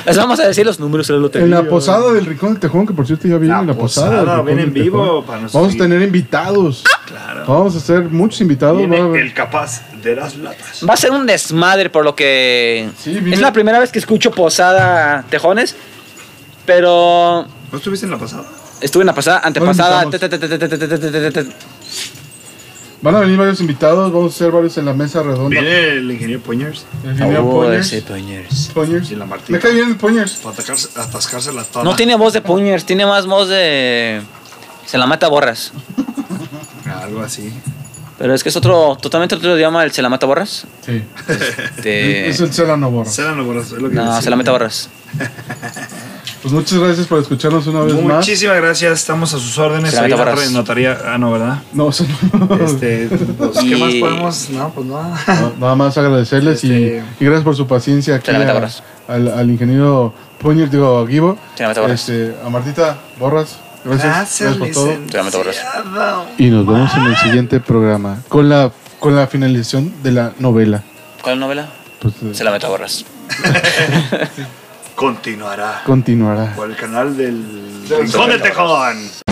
[SPEAKER 3] Les vamos a decir los números del
[SPEAKER 2] En
[SPEAKER 3] lotería.
[SPEAKER 2] la posada del Rincón del Tejón, que por cierto ya viene la,
[SPEAKER 4] La
[SPEAKER 2] posada.
[SPEAKER 4] posada,
[SPEAKER 2] del Rincón
[SPEAKER 4] viene en
[SPEAKER 2] del
[SPEAKER 4] vivo
[SPEAKER 2] Tejón.
[SPEAKER 4] para nuestros
[SPEAKER 2] Vamos a tener invitados.
[SPEAKER 4] Claro.
[SPEAKER 2] Vamos a hacer muchos invitados. va a
[SPEAKER 4] Viene
[SPEAKER 2] haber-
[SPEAKER 4] el capaz de las latas.
[SPEAKER 3] Va a ser un desmadre por lo que...
[SPEAKER 2] Sí, viene-
[SPEAKER 3] Es la primera vez que escucho Posada Tejones, pero
[SPEAKER 4] ¿No estuviste en la pasada?
[SPEAKER 3] estuve en la pasada, antepasada...
[SPEAKER 2] invitamos.
[SPEAKER 3] te- te- te- te- te- te- te- te- te- te-
[SPEAKER 2] Van a venir varios invitados. Vamos a hacer varios en la mesa redonda.
[SPEAKER 4] Viene el ingeniero Poñers
[SPEAKER 2] El ingeniero
[SPEAKER 3] Oh,
[SPEAKER 2] Poñers.
[SPEAKER 3] ese Poñers.
[SPEAKER 2] Poñers.
[SPEAKER 4] y la Martina.
[SPEAKER 2] Me cae bien el Poñers.
[SPEAKER 4] Para atacarse, atascarse la tabla.
[SPEAKER 3] No tiene voz de Poñers, tiene más voz de... Se la mata borras.
[SPEAKER 4] Algo así.
[SPEAKER 3] Pero es que es otro, totalmente otro idioma, el se la mata borras.
[SPEAKER 2] Sí.
[SPEAKER 4] Eh,
[SPEAKER 3] Este-
[SPEAKER 2] Es el Celano Borra.
[SPEAKER 4] Se la borras, es lo que
[SPEAKER 3] No,
[SPEAKER 4] decía.
[SPEAKER 3] se la meta barras.
[SPEAKER 2] Pues muchas gracias por escucharnos una vez más.
[SPEAKER 4] Muchísimas gracias, estamos a sus órdenes.
[SPEAKER 3] Se la
[SPEAKER 4] Ahí
[SPEAKER 3] meta
[SPEAKER 4] la
[SPEAKER 3] barras.
[SPEAKER 4] notaría. Ah, no, ¿verdad?
[SPEAKER 2] No, eso no.
[SPEAKER 4] Este, pues, ¿Qué
[SPEAKER 3] Y-
[SPEAKER 4] más podemos? No, pues nada.
[SPEAKER 2] No, Nada más agradecerles y-
[SPEAKER 4] Este-
[SPEAKER 2] y, gracias por su paciencia aquí
[SPEAKER 3] Te la meta
[SPEAKER 2] a-
[SPEAKER 3] Borras.
[SPEAKER 2] al, al ingeniero Poñer, digo, a Guibo.
[SPEAKER 3] Te la meta Borras.
[SPEAKER 2] Este, a Martita Borras. Gracias.
[SPEAKER 4] Gracias,
[SPEAKER 2] por todo.
[SPEAKER 4] licenciado.
[SPEAKER 6] Se la meta barras.
[SPEAKER 2] Y nos vemos en el siguiente programa con la, con la finalización de la novela.
[SPEAKER 3] ¿Cuál novela?
[SPEAKER 2] Pues, eh,
[SPEAKER 6] Se la meta borras.
[SPEAKER 4] Continuará
[SPEAKER 2] continuará.
[SPEAKER 4] por el canal del
[SPEAKER 2] Del
[SPEAKER 4] Rincón del Tejón.